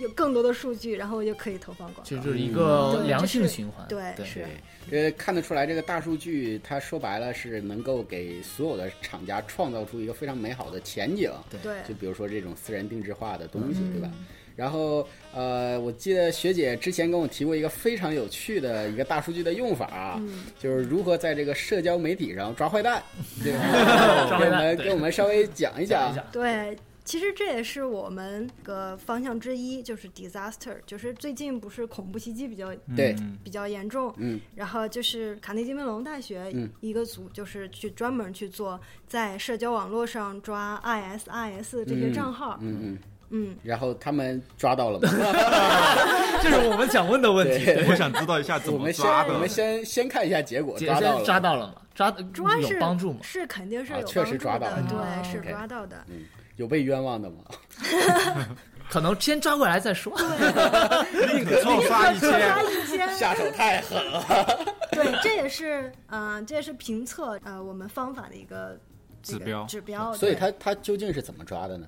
Speaker 4: 有更多的数据，然后就可以投放广告
Speaker 3: 这。就是一个
Speaker 4: 嗯
Speaker 3: 良性
Speaker 4: 对
Speaker 3: 循环。
Speaker 4: 对
Speaker 3: 对，
Speaker 4: 是
Speaker 1: 对，这看得出来，这个大数据它说白了是能够给所有的厂家创造出一个非常美好的前景。
Speaker 4: 对嗯
Speaker 1: 就比如说这种私人定制化的东西，对吧？然后呃，我记得学姐之前跟我提过一个非常有趣的一个大数据的用法啊，
Speaker 4: 嗯
Speaker 1: 就是如何在这个社交媒体上抓坏 蛋，对吧？
Speaker 3: 抓
Speaker 1: 给我
Speaker 3: 坏蛋
Speaker 1: 们
Speaker 3: 对
Speaker 1: 给我们稍微讲一
Speaker 3: 讲
Speaker 1: 讲
Speaker 3: 一，下，
Speaker 4: 对，其实这也是我们个方向之一，就是 disaster，就是最近不是恐怖袭击比较
Speaker 1: 对
Speaker 2: 嗯
Speaker 4: 比较严重，
Speaker 1: 嗯，
Speaker 4: 然后就是卡内基梅隆大学
Speaker 1: 嗯
Speaker 4: 一个组，就是去专门去做在社交网络上抓 ISIS 这些账号，
Speaker 1: 嗯嗯，
Speaker 4: 嗯，
Speaker 1: 然后他们抓到了吗？
Speaker 3: 这是我们想问的问题。
Speaker 1: 对
Speaker 2: 我想知道一下怎
Speaker 1: 我
Speaker 2: 么
Speaker 1: 们先
Speaker 2: 抓
Speaker 1: 我
Speaker 2: 的
Speaker 1: 们。先先看一下结果，
Speaker 3: 姐
Speaker 1: 抓到
Speaker 3: 先
Speaker 1: 了，
Speaker 3: 抓到了吗？抓
Speaker 4: 主要
Speaker 3: 有
Speaker 4: 是
Speaker 3: 帮助吗？
Speaker 4: 是肯定是
Speaker 1: 啊
Speaker 4: 有
Speaker 1: 确实抓
Speaker 4: 帮助
Speaker 1: 到
Speaker 4: 的
Speaker 1: 了嗯
Speaker 3: 哦
Speaker 4: 对，是
Speaker 1: OK
Speaker 4: 抓到的。
Speaker 1: 有被冤枉的吗？
Speaker 3: 可能先抓过来再说。
Speaker 2: 宁可错杀一千。
Speaker 4: 一些
Speaker 1: 下手太狠了，
Speaker 4: 哦对，这也是嗯、呃这也是评测呃我们方法的一个这
Speaker 2: 指
Speaker 4: 个
Speaker 2: 标
Speaker 4: 指标。
Speaker 1: 所以
Speaker 4: 对
Speaker 1: 他他究竟是怎么抓的呢？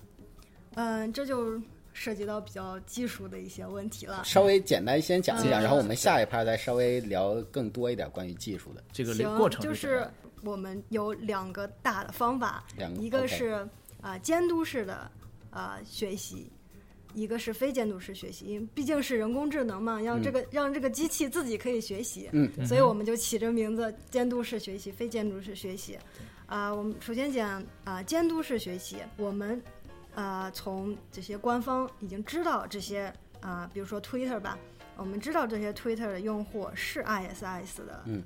Speaker 4: 嗯、这就涉及到比较技术的一些问题了。
Speaker 1: 稍微简单先讲一讲，
Speaker 4: 嗯
Speaker 1: 然后我们下一趴再稍微聊更多一点关于技术的。
Speaker 3: 这个
Speaker 4: 行，
Speaker 3: 过程
Speaker 4: 就是
Speaker 3: 怎么
Speaker 4: 是
Speaker 3: 样
Speaker 4: 我们有两个大的方法，
Speaker 1: 两个
Speaker 4: 一个
Speaker 1: OK
Speaker 4: 是啊、呃监督式的啊、呃学习。一个是非监督式学习，因为毕竟是人工智能嘛，要这个、让这个机器自己可以学习，
Speaker 1: 嗯
Speaker 4: 所以我们就起这名字“监督式学习”、“非监督式学习”。啊、我们首先讲啊、监督式学习，我们啊从这些官方已经知道这些啊、比如说 Twitter 吧，我们知道这些 Twitter 的用户是 ISIS 的，
Speaker 1: 嗯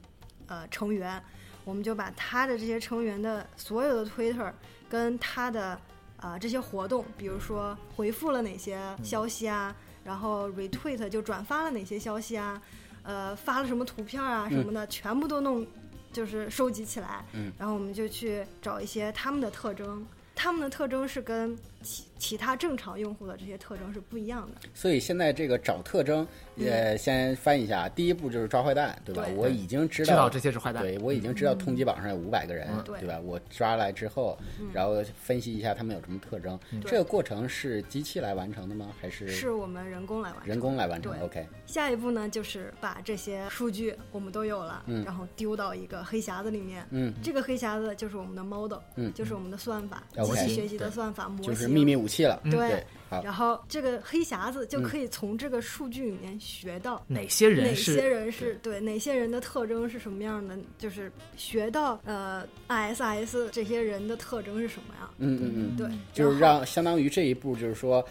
Speaker 4: 呃成员，我们就把他的这些成员的所有的 Twitter 跟他的啊、这些活动，比如说回复了哪些消息啊，然后 retweet 就转发了哪些消息啊，呃发了什么图片啊什么的，全部都弄就是收集起来，
Speaker 1: 嗯
Speaker 4: 然后我们就去找一些他们的特征。他们的特征是跟其其他正常用户的这些特征是不一样的。
Speaker 1: 所以现在这个找特征，呃，先翻译一下，第一步就是抓坏蛋，对吧？
Speaker 4: 嗯对
Speaker 1: 我已经知
Speaker 3: 知道这些是坏蛋，
Speaker 1: 对，我已经知道通缉榜上有五百个人，
Speaker 3: 嗯
Speaker 1: 对
Speaker 4: 对
Speaker 1: 吧？我抓来之后，
Speaker 4: 嗯
Speaker 1: 然后分析一下他们有什么特征。
Speaker 3: 嗯
Speaker 1: 这个过程是机器来完成的吗？还
Speaker 4: 是我们人工来完成。
Speaker 1: 人工来完成
Speaker 4: 对
Speaker 1: ？OK，
Speaker 4: 下一步呢，就是把这些数据我们都有了，
Speaker 1: 嗯
Speaker 4: 然后丢到一个黑匣子里面。
Speaker 1: 嗯，
Speaker 4: 这个黑匣子就是我们的 model，
Speaker 1: 嗯
Speaker 4: 就是我们的算法，
Speaker 1: OK
Speaker 4: 机器学习的算法模型。
Speaker 1: 就是秘密武器了。
Speaker 4: 对
Speaker 1: 好，
Speaker 4: 然后这个黑匣子就可以从这个数据里面学到
Speaker 3: 哪些
Speaker 4: 哪
Speaker 3: 人
Speaker 4: 些
Speaker 3: 是
Speaker 4: 嗯人是对哪些人的特征是什么样的，就是学到呃 ISIS 这些人的特征是什么样。
Speaker 1: 嗯嗯嗯，
Speaker 4: 对，
Speaker 1: 就是
Speaker 4: 然后
Speaker 1: 让相当于这一步就是说。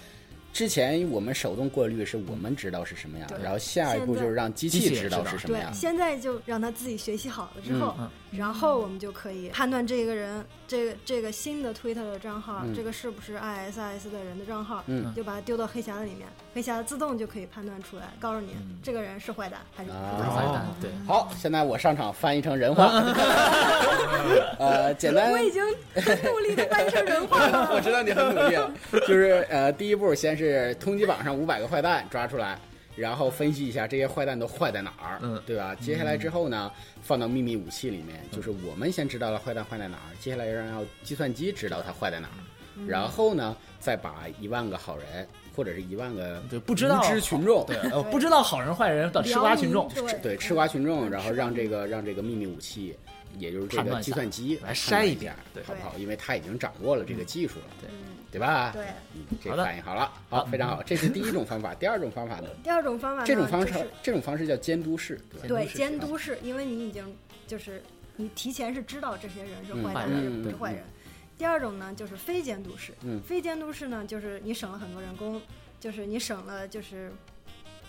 Speaker 1: 之前我们手动过滤是我们知道是什么样，
Speaker 4: 对
Speaker 1: 然后下一步
Speaker 4: 现在
Speaker 1: 就是让机器
Speaker 3: 机器也
Speaker 1: 知道
Speaker 3: 知道
Speaker 1: 是什么
Speaker 4: 对
Speaker 1: 样，。
Speaker 4: 现在就让他自己学习好了之后，
Speaker 3: 嗯
Speaker 4: 然后我们就可以判断这个人，这个这个新的 Twitter 的账号，
Speaker 1: 嗯
Speaker 4: 这个是不是 ISIS 的人的账号，
Speaker 1: 嗯
Speaker 4: 就把它丢到黑匣子里面，黑匣子自动就可以判断出来，告诉你、这个人是坏蛋还是不是
Speaker 3: 不
Speaker 1: 嗯
Speaker 3: 是
Speaker 1: 啊
Speaker 3: 坏
Speaker 4: 坏
Speaker 3: 蛋
Speaker 2: 哦？
Speaker 3: 对，
Speaker 1: 好，现在我上场翻译成人 话，呃，简单
Speaker 4: 蛋。我已经很努力的翻成人话了，
Speaker 1: 我知道你很努力 了，就是呃，第一步先是通缉榜上五百个坏蛋抓出来，然后分析一下这些坏蛋都坏在哪儿，
Speaker 3: 嗯
Speaker 1: 对吧？接下来之后呢，放到秘密武器里面，就是我们先知道了坏蛋坏在哪儿，接下来让要计算机知道它坏在哪
Speaker 3: 嗯
Speaker 1: 儿，然后呢，再把一万个好人或者是一万个
Speaker 3: 对不知道
Speaker 1: 无知群众，
Speaker 3: 对，呃，不知道好人坏人的吃瓜群众
Speaker 4: 辽宁对
Speaker 1: 对 吃瓜群众，然后让这个让这个秘密武器，也就是这
Speaker 3: 判
Speaker 1: 个
Speaker 3: 断一下
Speaker 1: 计算机
Speaker 3: 来筛一遍
Speaker 1: 判断
Speaker 3: 对嗯
Speaker 1: 好不好？因为他已经掌握了这个技术了，
Speaker 3: 对
Speaker 1: 对吧？
Speaker 4: 嗯对，
Speaker 1: 嗯，这
Speaker 3: 好的
Speaker 1: 反应好了，好，非常好，这是第一种方法。第二种方法 呢？
Speaker 4: 第二种方法呢，
Speaker 1: 这种方
Speaker 4: 就
Speaker 1: 式
Speaker 4: 是，
Speaker 1: 这种方式叫监督式，对吧？
Speaker 4: 对
Speaker 3: 监督式啊
Speaker 4: 监督是因为你已经就是你提前是知道这些人是坏
Speaker 3: 嗯
Speaker 4: 蛋还是
Speaker 1: 嗯
Speaker 4: 不是坏人。第二种呢，就是非监督式。
Speaker 1: 嗯
Speaker 4: 非监督式呢，就是你省了很多人工，就是你省了就是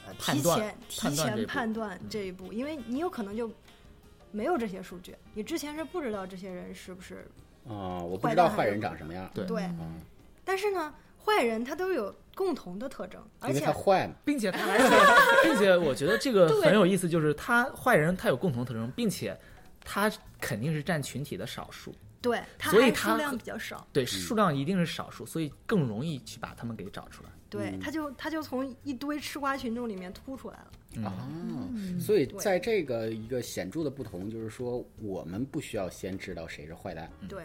Speaker 4: 呃
Speaker 3: 判
Speaker 4: 提
Speaker 3: 断
Speaker 4: 前提
Speaker 3: 判断这一
Speaker 4: 前
Speaker 3: 步嗯
Speaker 4: 判断这一步，因为你有可能就没有这些数据，你之前是不知道这些人是不是
Speaker 1: 啊，我不知道坏人长什么样，
Speaker 3: 对
Speaker 4: 对。
Speaker 1: 嗯
Speaker 4: 但是呢，坏人他都有共同的特征，而
Speaker 1: 因为
Speaker 4: 且
Speaker 1: 他坏嘛。
Speaker 3: 并且他， 并且我觉得这个很有意思，就是他坏人他有共同特征，并且他肯定是占群体的少数，
Speaker 4: 对他
Speaker 3: 所以
Speaker 4: 还
Speaker 3: 他嗯
Speaker 4: 数量比较少。
Speaker 1: 嗯
Speaker 3: 对，数量一定是少数，所以更容易去把他们给找出来。
Speaker 4: 对，他就他就从一堆吃瓜群众里面突出来了。
Speaker 3: 嗯
Speaker 1: 啊，
Speaker 4: 嗯
Speaker 1: 所以在这
Speaker 3: 嗯
Speaker 1: 个一个显著的不同就是说，我们不需要先知道谁是坏蛋，
Speaker 4: 对，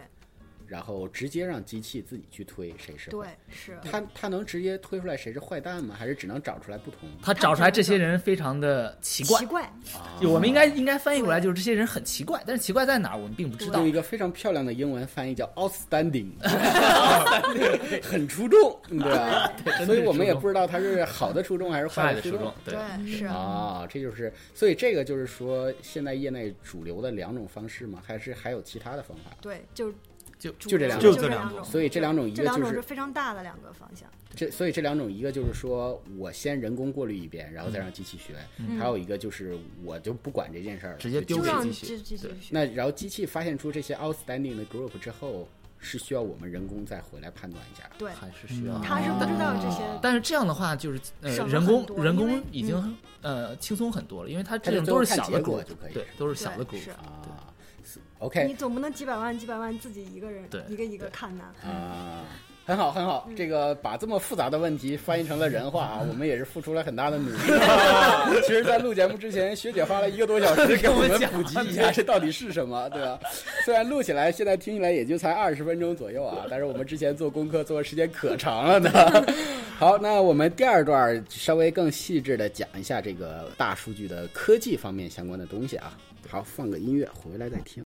Speaker 1: 然后直接让机器自己去推谁是
Speaker 4: 对
Speaker 1: 坏。，
Speaker 4: 是
Speaker 1: 它它能直接推出来谁是坏蛋吗？还是只能找出来不同？
Speaker 3: 他找出来这些人非常的奇怪
Speaker 4: 奇，怪，
Speaker 1: 啊
Speaker 3: 就我们应该应该翻译过来就是这些人很奇怪，但是奇怪在哪儿我们并不知道
Speaker 1: 用。一个非常漂亮的英文翻译叫 outstanding，outstanding，很出众，对吧？
Speaker 3: 对
Speaker 1: 所以我们也
Speaker 3: 真的是出众
Speaker 1: 不知道它是好的出众还是
Speaker 3: 坏
Speaker 1: 坏
Speaker 3: 的
Speaker 1: 出
Speaker 3: 说中，对，
Speaker 4: 是
Speaker 1: 啊，这就是，所以这个就是说，现在业内主流的两种方式吗？还是还有其他的方法？
Speaker 4: 对，就是
Speaker 3: 就
Speaker 1: 就这
Speaker 4: 两
Speaker 1: 两
Speaker 2: 种
Speaker 4: 就
Speaker 2: 就这
Speaker 4: 两
Speaker 2: 两种
Speaker 1: 所以这两种一
Speaker 4: 这
Speaker 1: 个
Speaker 4: 两
Speaker 1: 就
Speaker 4: 种
Speaker 1: 是
Speaker 4: 是非常大的两个方向，
Speaker 1: 这，所以这两种一个就是说我先人工过滤一遍，然后再让机器学；还有一个就是我就不管这件事儿了，
Speaker 3: 嗯直接
Speaker 1: 就
Speaker 3: 丢
Speaker 4: 就
Speaker 3: 给
Speaker 4: 让
Speaker 3: 机
Speaker 4: 这
Speaker 3: 器
Speaker 4: 这这
Speaker 3: 对
Speaker 4: 这学
Speaker 1: 那然后机器发现出这些 outstanding 的 group 之后，是需要我们人工再回来判断一下。
Speaker 4: 对，嗯
Speaker 3: 还是需要。嗯
Speaker 4: 他是不知道这些
Speaker 1: 啊
Speaker 3: 但是这样的话，就是呃，
Speaker 4: 省了
Speaker 3: 人工
Speaker 4: 很多
Speaker 3: 人
Speaker 4: 因
Speaker 3: 工
Speaker 4: 为嗯
Speaker 3: 已经呃轻松很多了，因为它这
Speaker 1: 就
Speaker 3: 种
Speaker 1: 最
Speaker 3: 都
Speaker 1: 后
Speaker 3: 是
Speaker 1: 看
Speaker 3: 小的
Speaker 1: 结果
Speaker 3: group，
Speaker 1: 就可以
Speaker 3: 对，都是小
Speaker 4: 对
Speaker 3: 的 group，
Speaker 4: 是
Speaker 1: 啊是
Speaker 4: 你
Speaker 1: ，OK
Speaker 4: 总不能几百万几百万自己一个人
Speaker 3: 对
Speaker 4: 一个一个
Speaker 3: 对
Speaker 4: 看呐，
Speaker 1: 啊，很好很好，这个把这么复杂的问题翻译成了人话啊， 我们也是付出了很大的 努力。其实，在录节目之前，学姐花了一个多小时给我们普及一下这到底是什么，对吧？虽然录起来现在听起来也就才二十分钟左右 啊，但是我们之前做功课做的时间可长了呢。 好，那我们第二段稍微更细致的讲一下这个大数据的科技方面相关的东西啊。好，放个音乐，回来再听。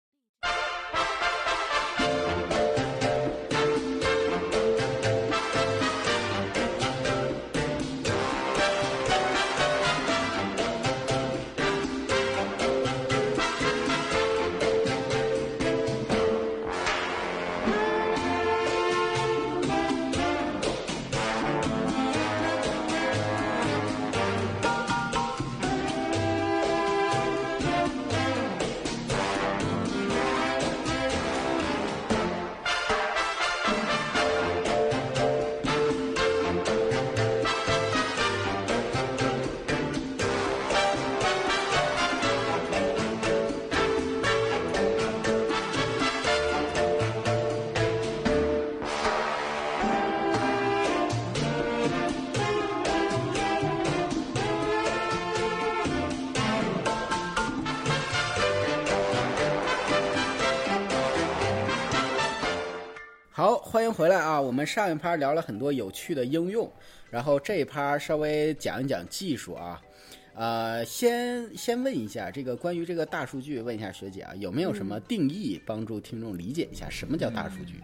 Speaker 1: 好，欢迎回来啊！我们上一趴聊了很多有趣的应用，然后这一趴稍微讲一讲技术啊。呃，先先问一下这个关于这个大数据，问一下学姐啊，有没有什么定义帮助听众理解一下什么叫大数据？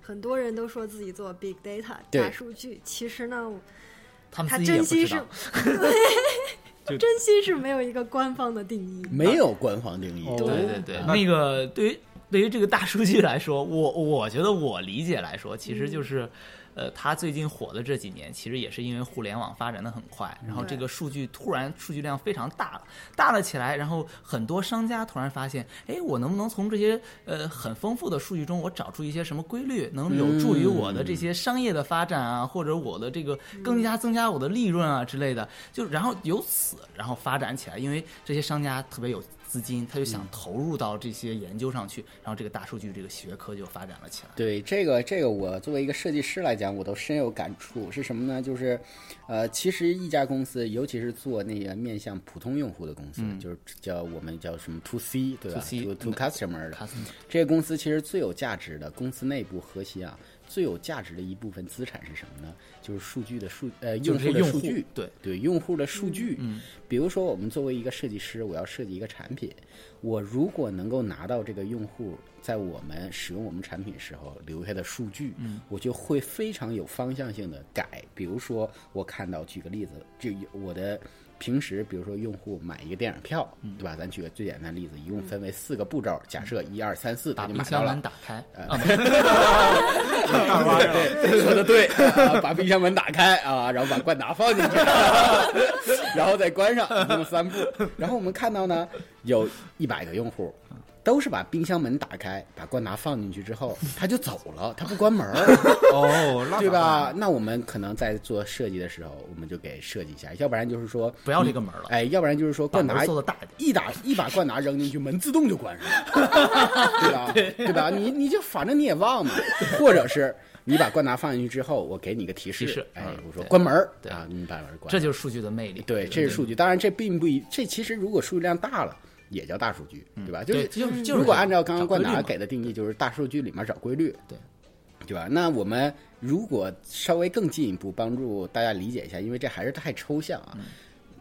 Speaker 4: 很多人都说自己做 big data
Speaker 1: 对
Speaker 4: 大数据，其实呢，我
Speaker 3: 他们
Speaker 4: 他
Speaker 3: 啊自己也
Speaker 4: 真
Speaker 3: 不
Speaker 4: 心
Speaker 3: 知
Speaker 4: 是
Speaker 3: 道。
Speaker 2: 就
Speaker 4: 真心是 没有一个官方的定义，
Speaker 1: 没有官方定义，
Speaker 2: 哦
Speaker 3: 对对对，
Speaker 2: 那
Speaker 3: 那个对于对于这个大数据来说，我我觉得我理解来说，其实就是，呃，它最近火的这几年，其实也是因为互联网发展的很快，然后这
Speaker 4: 对
Speaker 3: 个数据突然数据量非常大了，大了起来，然后很多商家突然发现，哎，我能不能从这些呃很丰富的数据中，我找出一些什么规律，能有助于我
Speaker 1: 嗯
Speaker 3: 的这些商业的发展啊，或者我的这个更加增加我的利润啊之类的，就然后由此然后发展起来，因为这些商家特别有。资金，他就想
Speaker 1: 嗯
Speaker 3: 投入到这些研究上去，然后这个大数据这个学科就发展了起来。
Speaker 1: 对这个，这个我作为一个设计师来讲，我都深有感触。是什么呢？就是，呃，其实一家公司，尤其是做那个面向普通用户的公司，就是叫我们叫什么 to C，对吧
Speaker 3: to C
Speaker 1: to to customer 的，
Speaker 3: 卡斯
Speaker 1: 这个公司其实最有价值的，公司内部核心啊，最有价值的一部分资产是什么呢？就是数据的数呃
Speaker 3: 就
Speaker 1: 用
Speaker 3: 是
Speaker 1: 户的
Speaker 3: 用
Speaker 1: 数
Speaker 3: 户
Speaker 1: 据，
Speaker 3: 对
Speaker 1: 对用户的数据。嗯，比如说我们作为一个设计师，我要设计一个产品，我如果能够拿到这个用户在我们使用我们产品时候留下的数据，嗯，我就会非常有方向性的改。比如说我看到，举个例子，这我的。平时，比如说用户买一个电影票，
Speaker 3: 嗯
Speaker 1: 对吧？咱举个最简单的例子，一共分为四个步骤。假设一二三四，他
Speaker 3: 把
Speaker 1: 就
Speaker 3: 冰
Speaker 1: 买到了
Speaker 3: 箱
Speaker 1: 呃
Speaker 3: 门。嗯打开，啊
Speaker 2: 大挖呀，
Speaker 1: 说的对、啊把冰箱门打开啊，然后把冠达放 进去，然后再关上，一共三步。然后我们看到呢，有一百个用户。都是把冰箱门打开，把冠达放进去之后，他就走了，他不关门儿。
Speaker 2: 哦，那
Speaker 1: 对
Speaker 2: 咋办？
Speaker 1: 吧？那我们可能在做设计的时候，我们就给设计一下，要不然就是说
Speaker 3: 不要这个门了
Speaker 1: 哎，要不然就是说
Speaker 3: 把
Speaker 1: 冠达
Speaker 3: 门做得大一点
Speaker 1: 一打一把冠达扔进去，门自动就关 上了，对吧？对吧？你你就反正你也忘嘛，或者是你把冠达放进去之后，我给你个提示，
Speaker 3: 提示
Speaker 1: 哎
Speaker 3: 嗯，
Speaker 1: 我说
Speaker 3: 对
Speaker 1: 关门儿
Speaker 3: 对
Speaker 1: 啊，你把门关上，
Speaker 3: 这就是数据的魅力。嗯
Speaker 1: 对，这是数据。当然，这并不一，这其实如果数据量大了，也叫大数据，对吧？就
Speaker 3: 嗯对，
Speaker 1: 是
Speaker 3: 就是就是
Speaker 1: 如果按照刚刚
Speaker 3: 找规
Speaker 1: 冠
Speaker 3: 律
Speaker 1: 达
Speaker 3: 嘛
Speaker 1: 给的定义，就是大数据里面找规律，
Speaker 3: 对
Speaker 1: 对吧？那我们如果稍微更进一步帮助大家理解一下，因为这还是太抽象
Speaker 3: 嗯
Speaker 1: 啊，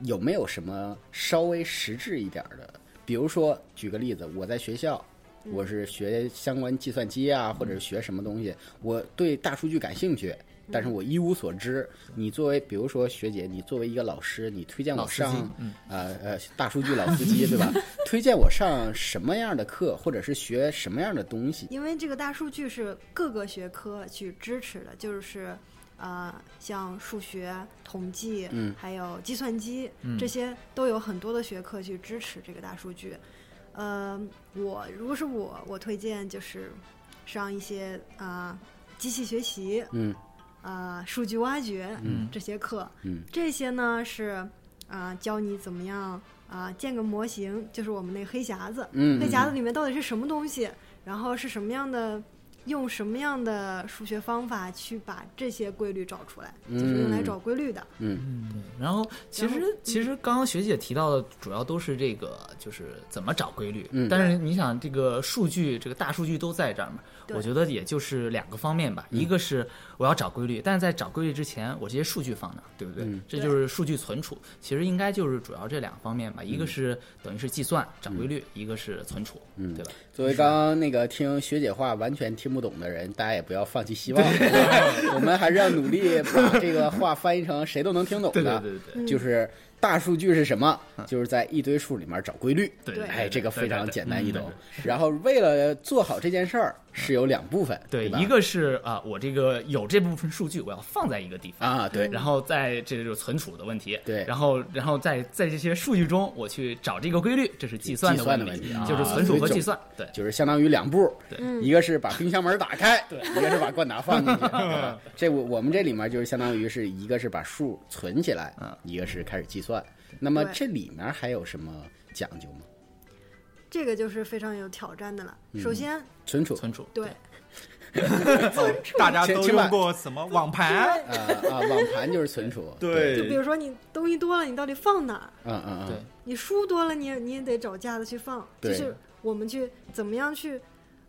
Speaker 1: 有没有什么稍微实质一点儿的？比如说，举个例子，我在学校。
Speaker 3: 嗯
Speaker 1: 我是学相关计算机啊，或者是学什么东西，我对大数据感兴趣，
Speaker 3: 嗯
Speaker 1: 但是我一无所知。你作为，比如说学姐，你作为一个老师，你推荐我
Speaker 3: 老司机嗯
Speaker 1: 上呃呃大数据老司机，对吧？推荐我上什么样的课，或者是学什么样的东西？
Speaker 4: 因为这个大数据是各个学科去支持的，就是呃，像数学、统计，
Speaker 1: 嗯
Speaker 4: 还有计算机，这些都有很多的学科去支持这个大数据。呃，我如果是我，我推荐就是上一些啊、呃机器学习，
Speaker 1: 嗯
Speaker 4: 啊、数据挖掘，
Speaker 1: 嗯
Speaker 4: 这些课，
Speaker 1: 嗯
Speaker 4: 这些呢是啊、教你怎么样啊、建个模型，就是我们那个黑匣子，
Speaker 1: 嗯，
Speaker 4: 黑匣子
Speaker 1: 嗯
Speaker 4: 里面到底是什么东西，然后是什么样的，用什么样的数学方法去把这些规律找出来，就是用来找规律的。
Speaker 1: 嗯
Speaker 3: 然后其
Speaker 4: 然后嗯
Speaker 3: 实其实刚刚学姐提到的主要都是这个，就是怎么找规律。
Speaker 1: 嗯
Speaker 3: 但是你想，这个数据，这个大数据都在这儿嘛，
Speaker 4: 对
Speaker 3: 我觉得也就是两个方面吧，
Speaker 1: 嗯
Speaker 3: 一个是我要找规律，但是在找规律之前，我这些数据放哪儿，对不对？
Speaker 1: 嗯
Speaker 3: 这就是数据存储。其实应该就是主要这两个方面吧，一个是等于是计算找规律，一个是存储，
Speaker 1: 嗯
Speaker 3: 对吧？
Speaker 1: 作为刚刚那个听学姐话完全听不懂的人，大家也不要放弃希望，我们还是要努力把这个话翻译成谁都能听懂的。
Speaker 3: 对对对对
Speaker 1: 就是大数据是什么？就是在一堆数里面找规律。
Speaker 3: 嗯对对对
Speaker 1: 哎，这个非常
Speaker 3: 对对对
Speaker 1: 简单易
Speaker 3: 嗯
Speaker 1: 懂。然后为了做好这件事儿，是有两部分，
Speaker 3: 对，
Speaker 1: 吧
Speaker 3: 一个是啊、我这个有这部分数据，我要放在一个地方
Speaker 1: 啊，对，
Speaker 3: 然后在这就是存储的问题，
Speaker 1: 对
Speaker 3: 然后然后在在这些数据中，我去找这个规律，这是计算
Speaker 1: 计
Speaker 3: 的
Speaker 1: 算
Speaker 3: 问
Speaker 1: 的
Speaker 3: 题，
Speaker 1: 问题啊
Speaker 3: 就是存储和计算，对，
Speaker 1: 就是相当于两步，
Speaker 3: 对
Speaker 4: 嗯
Speaker 1: 一个是把冰箱门打开，一个是把冠达放 进去。对吧这我我们这里面就是相当于是一个是把数存起来，
Speaker 3: 嗯
Speaker 1: 一个是开始计算。那么
Speaker 4: 对
Speaker 1: 这里面还有什么讲究吗？
Speaker 4: 这个就是非常有挑战的了。
Speaker 3: 嗯
Speaker 4: 首先，
Speaker 1: 存储
Speaker 3: 存储，
Speaker 4: 对，
Speaker 3: 哦
Speaker 2: 大家都
Speaker 1: 请把
Speaker 2: 用过什么网盘？
Speaker 1: 啊啊， 网盘就是存储，
Speaker 4: 就比
Speaker 2: 对，
Speaker 4: 如说你东西多了，你到底放哪儿？
Speaker 1: 嗯嗯
Speaker 3: 对
Speaker 1: 嗯，，
Speaker 4: 你书多了，你也你也得找架子去放。就
Speaker 1: 对
Speaker 4: 是我们去怎么样去。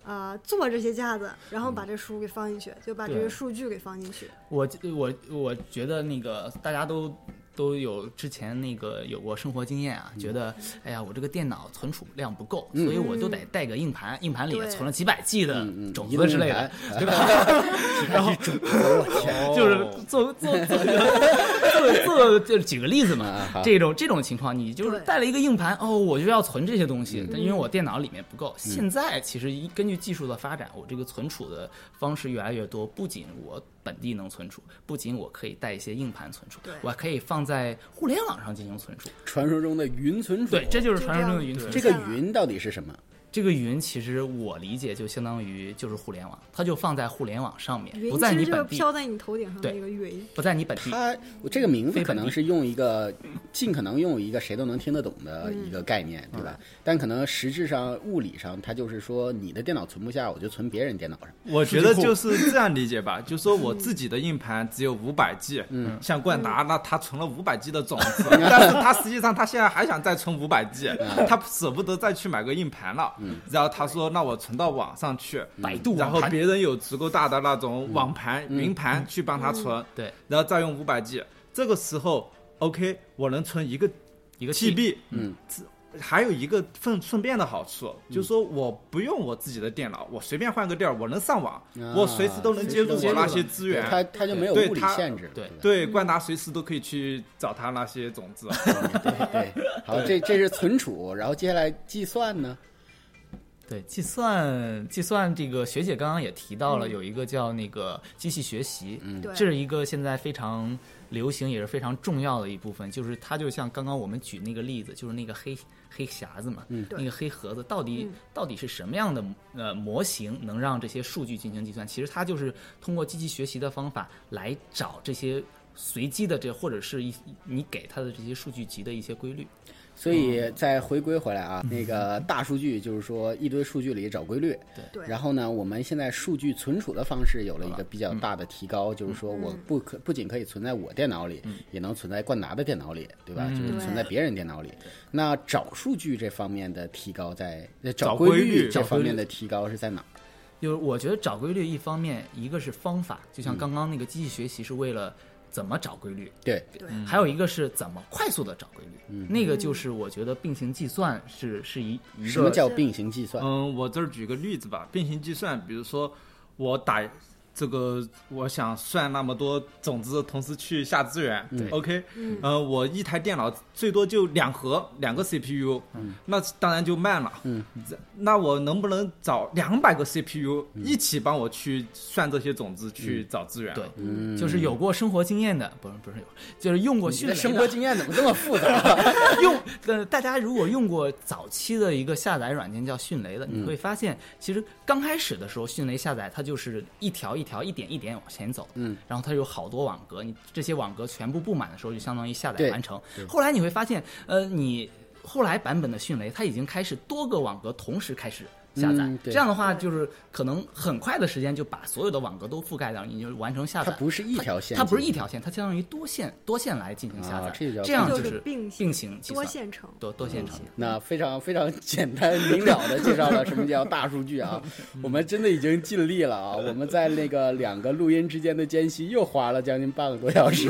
Speaker 4: 啊、做这些架子，然后把这书给放进去，就把这
Speaker 3: 嗯对
Speaker 4: 个数据给放进去。
Speaker 3: 我我我觉得那个大家都都有之前那个有过生活经验
Speaker 1: 嗯
Speaker 3: 啊，觉得哎呀，我这个电脑存储量不够，所以我就得带个硬盘，硬盘里也
Speaker 4: 对
Speaker 3: 存了几百 G 的
Speaker 1: 嗯嗯
Speaker 3: 种
Speaker 1: 移
Speaker 3: 子
Speaker 1: 动
Speaker 3: 之类
Speaker 1: 硬
Speaker 3: 的，
Speaker 1: 盘
Speaker 3: 对吧？ 然后就是
Speaker 1: 哦
Speaker 3: 做做做做做，就是举个例子嘛
Speaker 1: 啊好，
Speaker 3: 这种这种情况，你就是
Speaker 4: 对
Speaker 3: 带了一个硬盘，哦，我就要存这些东西，
Speaker 1: 嗯
Speaker 3: 但因为我电脑里面不够。现在其实一根据技术的发展，我这个存储的方式越来越多，不仅我本地能存储，不仅我可以带一些硬盘存储
Speaker 4: 对，
Speaker 3: 我还可以放在互联网上进行存储。
Speaker 1: 传说中的云存储，
Speaker 3: 对，这就是
Speaker 4: 就
Speaker 3: 传
Speaker 4: 这
Speaker 3: 说中
Speaker 4: 样
Speaker 3: 的云存
Speaker 1: 这
Speaker 3: 储。
Speaker 1: 个云到底是什么？
Speaker 3: 这个云其实我理解就相当于就是互联网，它就放在互联网上面，
Speaker 4: 云
Speaker 3: 不
Speaker 4: 其
Speaker 3: 在
Speaker 4: 实
Speaker 3: 你
Speaker 4: 就是
Speaker 3: 本地，
Speaker 4: 飘在你头顶上的
Speaker 3: 对
Speaker 4: 一个云。
Speaker 3: 不在你本地。
Speaker 1: 它我这个名字
Speaker 3: 嗯非
Speaker 1: 可
Speaker 3: 本
Speaker 1: 能
Speaker 3: 地
Speaker 1: 是用一个尽可能用一个谁都能听得懂的一个概念，对
Speaker 3: 嗯
Speaker 1: 吧？但可能实质上物理上，它就是说你的电脑存不下，我就存别人电脑上。
Speaker 2: 我觉得就是这样理解吧，就说我自己的硬盘只有五百 G，嗯，像冠达那他存了五百 G 的种子，
Speaker 3: 嗯
Speaker 2: 但是他实际上他现在还想再存五百 G，他舍不得再去买个硬盘了，然后他说那我存到网上去，
Speaker 3: 嗯百度
Speaker 2: 然
Speaker 3: 网
Speaker 2: 后
Speaker 3: 盘嗯
Speaker 2: 别人有足够大的那种网盘、云盘去帮他存，
Speaker 3: 对，
Speaker 2: 然后再用五百 G，这个时候 OK，我能存一个
Speaker 3: 一个
Speaker 2: TB，
Speaker 1: 嗯
Speaker 2: 自，还有一个顺顺便的好处，就是说我不用我自己的电脑，我随便换个地儿，我能上网，
Speaker 3: 嗯
Speaker 1: 啊
Speaker 2: 我随时都能接入
Speaker 1: 随时
Speaker 2: 我
Speaker 1: 都能
Speaker 2: 那些资
Speaker 1: 对，
Speaker 2: 源。
Speaker 1: 它它就没有
Speaker 2: 对
Speaker 1: 物理
Speaker 2: 它
Speaker 1: 限制，
Speaker 3: 对
Speaker 1: 吧
Speaker 2: 对，冠达随时都可以去找他那些种子。
Speaker 1: 对。好，这这是存储，然后接下来计算呢？
Speaker 3: 对，计算计算这个学姐刚刚也提到了，有一个叫那个机器学习，嗯
Speaker 4: 嗯对
Speaker 3: 这是一个现在非常流行也是非常重要的一部分，就是它就像刚刚我们举那个例子，就是那个黑黑匣子嘛，嗯
Speaker 4: 对
Speaker 3: 那个黑盒子到底、
Speaker 4: 嗯
Speaker 3: 到底是什么样的呃模型能让这些数据进行计算？其实它就是通过机器学习的方法来找这些。随机的这或者是一你给他的这些数据集的一些规律。
Speaker 1: 所
Speaker 3: 嗯
Speaker 1: 以再回归回来啊，那个大数据就是说一堆数据里找规律，
Speaker 4: 对
Speaker 1: 然后呢，我们现在数据存储的方式有了一个比较大的提高，就是说我不可不仅可以存在我电脑里，
Speaker 3: 嗯
Speaker 1: 也能存在冠达的电脑里，对吧？就是存在别人电脑里。那找数据这方面的提高在呃
Speaker 2: 找
Speaker 1: 规
Speaker 2: 规律
Speaker 1: 这
Speaker 2: 找
Speaker 1: 方
Speaker 3: 规
Speaker 1: 面
Speaker 3: 律
Speaker 1: 的提高是在哪儿？
Speaker 3: 就是我觉得找规律，一方面一个是方法，就
Speaker 1: 嗯
Speaker 3: 像刚刚那个机器学习是为了怎么找规律，
Speaker 1: 对，
Speaker 4: 对，
Speaker 3: 还有一个是怎么快速的找规律，
Speaker 1: 嗯
Speaker 3: 那个就是我觉得并行计算是是哦一一个
Speaker 1: 什么叫并行计算？
Speaker 2: 嗯，我这儿举个例子吧，并行计算，比如说我打这个，我想算那么多种子，同时去下资源、o k 嗯、呃我一台电脑最多就两核，两个 CPU，、那当然就慢了。嗯，那我能不能找两百个 CPU、一起帮我去算这些种子，去找资源？啊
Speaker 3: 对，就是有过生活经验的，不是不是有，就是用过
Speaker 1: 嗯你
Speaker 3: 迅
Speaker 1: 的
Speaker 3: 雷
Speaker 1: 生
Speaker 3: 的
Speaker 1: 活经验怎么这么复 杂？
Speaker 3: 用呃，大家如果用过早期的一个下载软件叫迅雷的，你
Speaker 1: 嗯
Speaker 3: 会发现，其实刚开始的时候，迅雷下载它就是一条一条、一点一点往前走，嗯，然后它有好多网格，你这些网格全部布满的时候，就相当于下载
Speaker 1: 对
Speaker 3: 完成。后来你会发现，呃，你后来版本的迅雷，它已经开始多个网格同时开始。下载、
Speaker 1: 嗯对
Speaker 3: 这样的话，就是可能很快的时间就把所有的网格都覆盖掉，你就完成下
Speaker 1: 它
Speaker 3: 载。
Speaker 1: 不是一条线，
Speaker 3: 它不是一条线，它相当于多线多线来进行下载，
Speaker 1: 啊这叫
Speaker 3: 样
Speaker 4: 就
Speaker 3: 就是
Speaker 4: 并行
Speaker 3: 并行计
Speaker 4: 多
Speaker 3: 算。
Speaker 4: 线程，
Speaker 3: 多多线程的。
Speaker 1: 嗯那非常非常 简单明了的介绍了什么叫大数据啊，我们真的已经尽力了啊！我们在那个两个录音之间的间隙又花了将近半个多小时，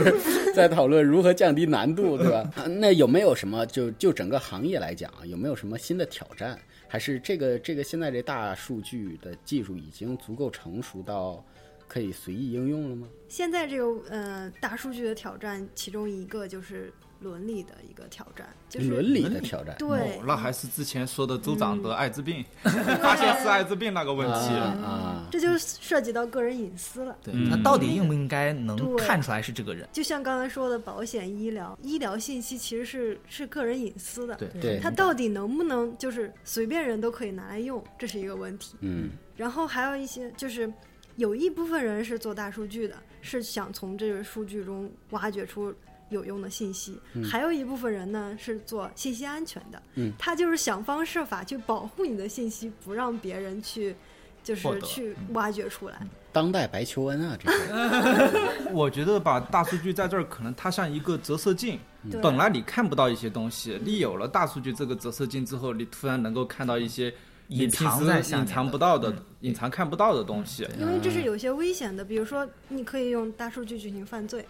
Speaker 1: 在讨论如何降低难度，对吧？啊那有没有什么就就整个行业来讲，啊有没有什么新的挑战？还是这个这个现在这大数据的技术已经足够成熟到可以随意应用了吗？
Speaker 4: 现在这个呃大数据的挑战，其中一个就是伦理的一个挑战，就是
Speaker 1: 伦理的挑战，
Speaker 4: 对
Speaker 2: 哦，那还是之前说的州长得艾滋病，发现是艾滋病那个问题。
Speaker 1: 啊
Speaker 4: 这就是涉及到个人隐私了。
Speaker 3: 对
Speaker 2: 嗯
Speaker 3: 他到底应不应该能
Speaker 4: 对
Speaker 3: 看出来是这个人？
Speaker 4: 就像刚才说的，保险、医疗、医疗信息其实是是个人隐私的，
Speaker 3: 对
Speaker 1: 啊，对，
Speaker 4: 它到底能不能就是随便人都可以拿来用，这是一个问题。
Speaker 1: 嗯
Speaker 4: 然后还有一些就是有一部分人是做大数据的，是想从这个数据中挖掘出有用的信息；还有一部分人呢是做信息安全的，
Speaker 1: 嗯
Speaker 4: 他就是想方设法去保护你的信息，不让别人去就
Speaker 3: 获
Speaker 4: 是
Speaker 3: 得嗯
Speaker 4: 去挖掘出来。
Speaker 1: 当代白求恩啊，这是。
Speaker 2: 我觉得吧，大数据在这儿可能它像一个折射镜，
Speaker 3: 嗯
Speaker 4: 对
Speaker 2: 本来你看不到一些东西，你有了大数据这个折射镜之后，你突然能够看到一些你
Speaker 3: 隐藏
Speaker 2: 平时
Speaker 3: 在下面
Speaker 2: 隐
Speaker 3: 的嗯
Speaker 2: 藏不到的、隐藏看不到的东西。
Speaker 4: 因为这是有些危险的，比如说你可以用大数据进行犯罪，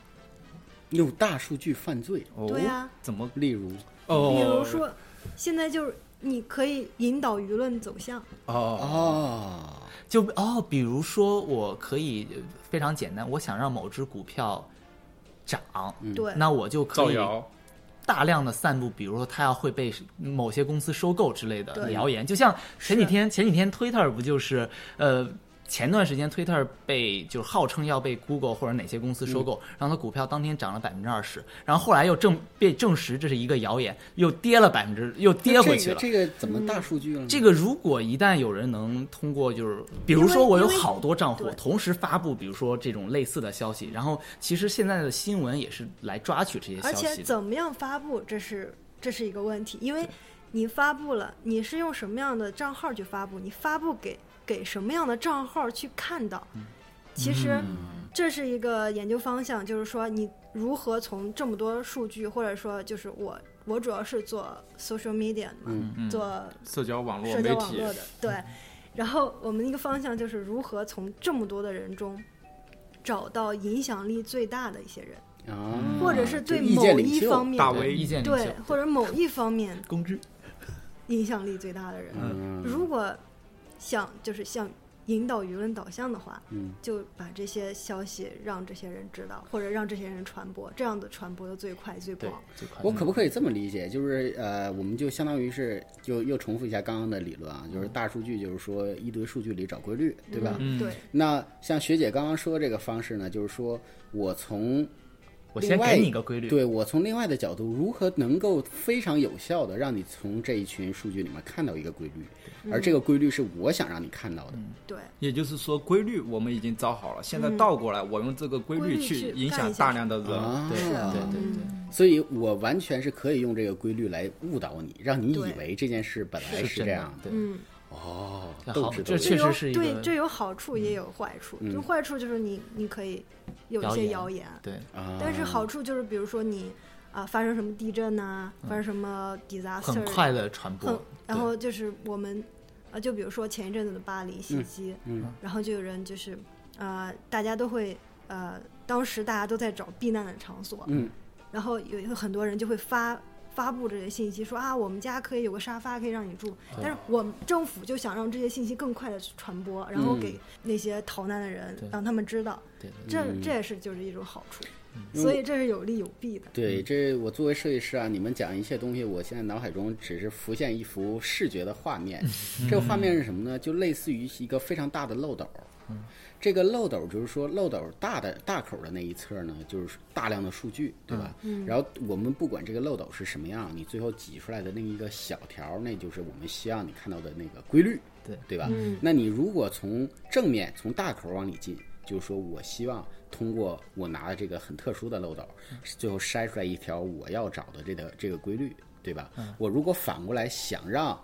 Speaker 1: 用大数据犯罪，
Speaker 2: 哦
Speaker 4: 对呀
Speaker 2: 怎么？
Speaker 1: 例如
Speaker 2: 哦，
Speaker 4: 比如说现在就是你可以引导舆论走向，
Speaker 2: 哦，
Speaker 1: 哦，
Speaker 3: 就哦，比如说我可以呃非常简单，我想让某只股票涨，
Speaker 4: 对，
Speaker 3: 那我就
Speaker 2: 造
Speaker 3: 可以
Speaker 2: 谣，
Speaker 3: 大量的散布，比如说它要会被某些公司收购之类的
Speaker 4: 对
Speaker 3: 谣言。就像前几天前几天 Twitter 不就是呃。前段时间，Twitter 被就是号称要被 Google 或者哪些公司收购，
Speaker 4: 嗯
Speaker 3: 然后它股票当天涨了百分之二十，然后后来又证被证实这是一个谣言，又跌了百分之，又跌回去了。嗯
Speaker 1: 这个这个怎么大数据了呢？
Speaker 3: 这个如果一旦有人能通过，就是比如说我有好多账户
Speaker 4: 对
Speaker 3: 同时发布，比如说这种类似的消息，然后其实现在的新闻也是来抓取这些消
Speaker 4: 而且
Speaker 3: 息的。
Speaker 4: 怎么样发布，这是这是一个问题，因为你发布了，你是用什么样的账号去发布？你发布给给什么样的账号去看到？
Speaker 3: 嗯
Speaker 4: 其实这是一个研究方向，就是说你如何从这么多数据，或者说就是我我主要是做 social media 的嘛，
Speaker 1: 嗯
Speaker 3: 嗯
Speaker 4: 做
Speaker 2: 嗯社交网络
Speaker 4: 社交
Speaker 2: 媒
Speaker 4: 网
Speaker 2: 体
Speaker 4: 络的，对。然后我们一个方向就是如何从这么多的人中找到影响力最大的一些人，
Speaker 3: 嗯
Speaker 1: 啊，
Speaker 4: 或者是对
Speaker 1: 就意
Speaker 4: 某
Speaker 1: 见领
Speaker 4: 一
Speaker 1: 袖
Speaker 4: 方面
Speaker 2: 大
Speaker 3: V
Speaker 2: 为
Speaker 3: 意见领袖
Speaker 4: 对，或者某一方 面
Speaker 3: 公知，
Speaker 4: 影响力最大的人。
Speaker 3: 嗯
Speaker 1: 嗯
Speaker 4: 如果想就是想引导舆论导向的话，
Speaker 1: 嗯
Speaker 4: 就把这些消息让这些人知道，或者让这些人传播，这样的传播的最快最
Speaker 3: 对嗯
Speaker 4: 广。，
Speaker 3: 最快
Speaker 1: 我可不可以这么理解？就是呃，我们就相当于是就又重复一下刚刚的理论啊，
Speaker 3: 嗯
Speaker 1: 就是大数据就是说一堆数据里找规律，
Speaker 3: 嗯
Speaker 1: 对吧？
Speaker 4: 嗯对
Speaker 1: 那像学姐刚刚说这个方式呢，就是说我从
Speaker 3: 我先
Speaker 1: 另外
Speaker 3: 给你一个规律，
Speaker 1: 对我从另外的角度，如何能够非常有效的让你从这一群数据里面看到一个规律，而这个规律是我想让你看到的。
Speaker 3: 嗯
Speaker 4: 对，
Speaker 2: 也就是说，规律我们已经找好了，现在
Speaker 4: 嗯
Speaker 2: 倒过来，我用这个规
Speaker 4: 规律
Speaker 2: 去
Speaker 4: 去
Speaker 2: 影
Speaker 4: 干
Speaker 2: 响
Speaker 4: 一下
Speaker 2: 大量的人。
Speaker 1: 啊，
Speaker 3: 对对对对。
Speaker 1: 所以我完全是可以用这个规律来误导你，让你以
Speaker 4: 对
Speaker 1: 为这件事本来
Speaker 3: 是真
Speaker 1: 这
Speaker 3: 的
Speaker 1: 样的。
Speaker 4: 嗯，
Speaker 1: 哦，
Speaker 3: 好
Speaker 1: 斗智斗
Speaker 3: 这
Speaker 1: 勇
Speaker 3: 确实
Speaker 4: 有
Speaker 3: 是一
Speaker 4: 对
Speaker 3: 个
Speaker 4: 这有好处也有坏处，
Speaker 1: 嗯
Speaker 4: 就坏处就是你你可以有一
Speaker 3: 谣
Speaker 4: 些
Speaker 3: 言
Speaker 4: 谣言，
Speaker 3: 对对，
Speaker 1: 啊，
Speaker 4: 但是好处就是比如说你啊、发生什么地震呐、发生什么 disaster，
Speaker 3: 很快的传播
Speaker 4: 很，然
Speaker 3: 对
Speaker 4: 后就是我们啊，就比如说前一阵子的巴黎袭击，
Speaker 1: 嗯嗯
Speaker 4: 然后就有人就是呃，大家都会呃，当时大家都在找避难的场所，
Speaker 1: 嗯，
Speaker 4: 然后有有很多人就会发。发布这些信息说啊，我们家可以有个沙发可以让你住，但是我们政府就想让这些信息更快的传播，然后
Speaker 1: 嗯
Speaker 4: 给那些逃难的人、
Speaker 3: 对
Speaker 4: 让他们知道，
Speaker 3: 对对
Speaker 4: 这
Speaker 1: 嗯
Speaker 4: 这也是就是一种好处，
Speaker 1: 嗯
Speaker 4: 所以这是有利有弊的。
Speaker 1: 对，这我作为设计师啊，你们讲一切东西，我现在脑海中只是浮现一幅视觉的画 面。这个画面是什么呢？就类似于一个非常大的漏斗。这个漏斗就是说，漏斗大的大口的那一侧呢，就是大量的数据，对吧？
Speaker 4: 嗯
Speaker 1: 然后我们不管这个漏斗是什么样，你最后挤出来的那一个小条儿，那就是我们希望你看到的那个规律，
Speaker 3: 对
Speaker 1: 对吧？那你如果从正面从大口往里进，就是说我希望通过我拿的这个很特殊的漏斗，最后筛出来一条我要找的这个这个规律，对吧？我如果反过来想让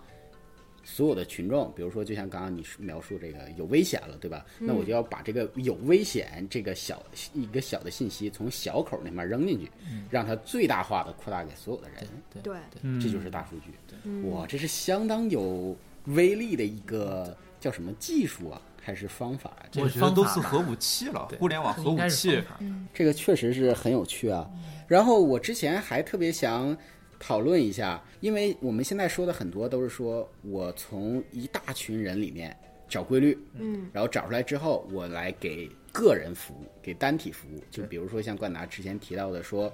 Speaker 1: 所有的群众，比如说，就像刚刚你描述这个有危险了，对吧？那我就要把这个有危险这个小一个小的信息从小口那面扔进去，让它最大化的扩大给所有的人，
Speaker 3: 对
Speaker 4: 对，
Speaker 1: 这就是大数据。哇，这是相当有威力的一个叫什么技术啊，还是方法啊？这
Speaker 2: 我
Speaker 3: 这是
Speaker 2: 觉得
Speaker 3: 方
Speaker 2: 都
Speaker 3: 法
Speaker 2: 是
Speaker 3: 吧
Speaker 2: 核武器了，
Speaker 3: 对
Speaker 2: 互联网核
Speaker 3: 应
Speaker 2: 武
Speaker 3: 该是
Speaker 2: 器
Speaker 3: 方。法
Speaker 1: 这个确实是很有趣啊。然后我之前还特别想讨论一下，因为我们现在说的很多都是说我从一大群人里面找规律，
Speaker 4: 嗯，
Speaker 1: 然后找出来之后，我来给个人服务，给单体服务。就比如说像冠达之前提到的说，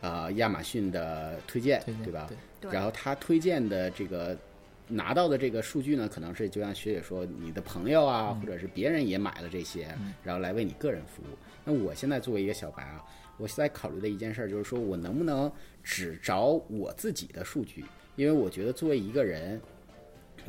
Speaker 1: 呃，亚马逊的推荐，
Speaker 3: 推荐
Speaker 1: 吧？
Speaker 3: 对
Speaker 4: 对
Speaker 1: 然后他推荐的这个拿到的这个数据呢，可能是就像学姐说，你的朋友啊，
Speaker 3: 嗯
Speaker 1: 或者是别人也买了这些，然后来为你个人服务。那我现在作为一个小白啊，我现在考虑的一件事儿就是说我能不能只找我自己的数据，因为我觉得作为一个人。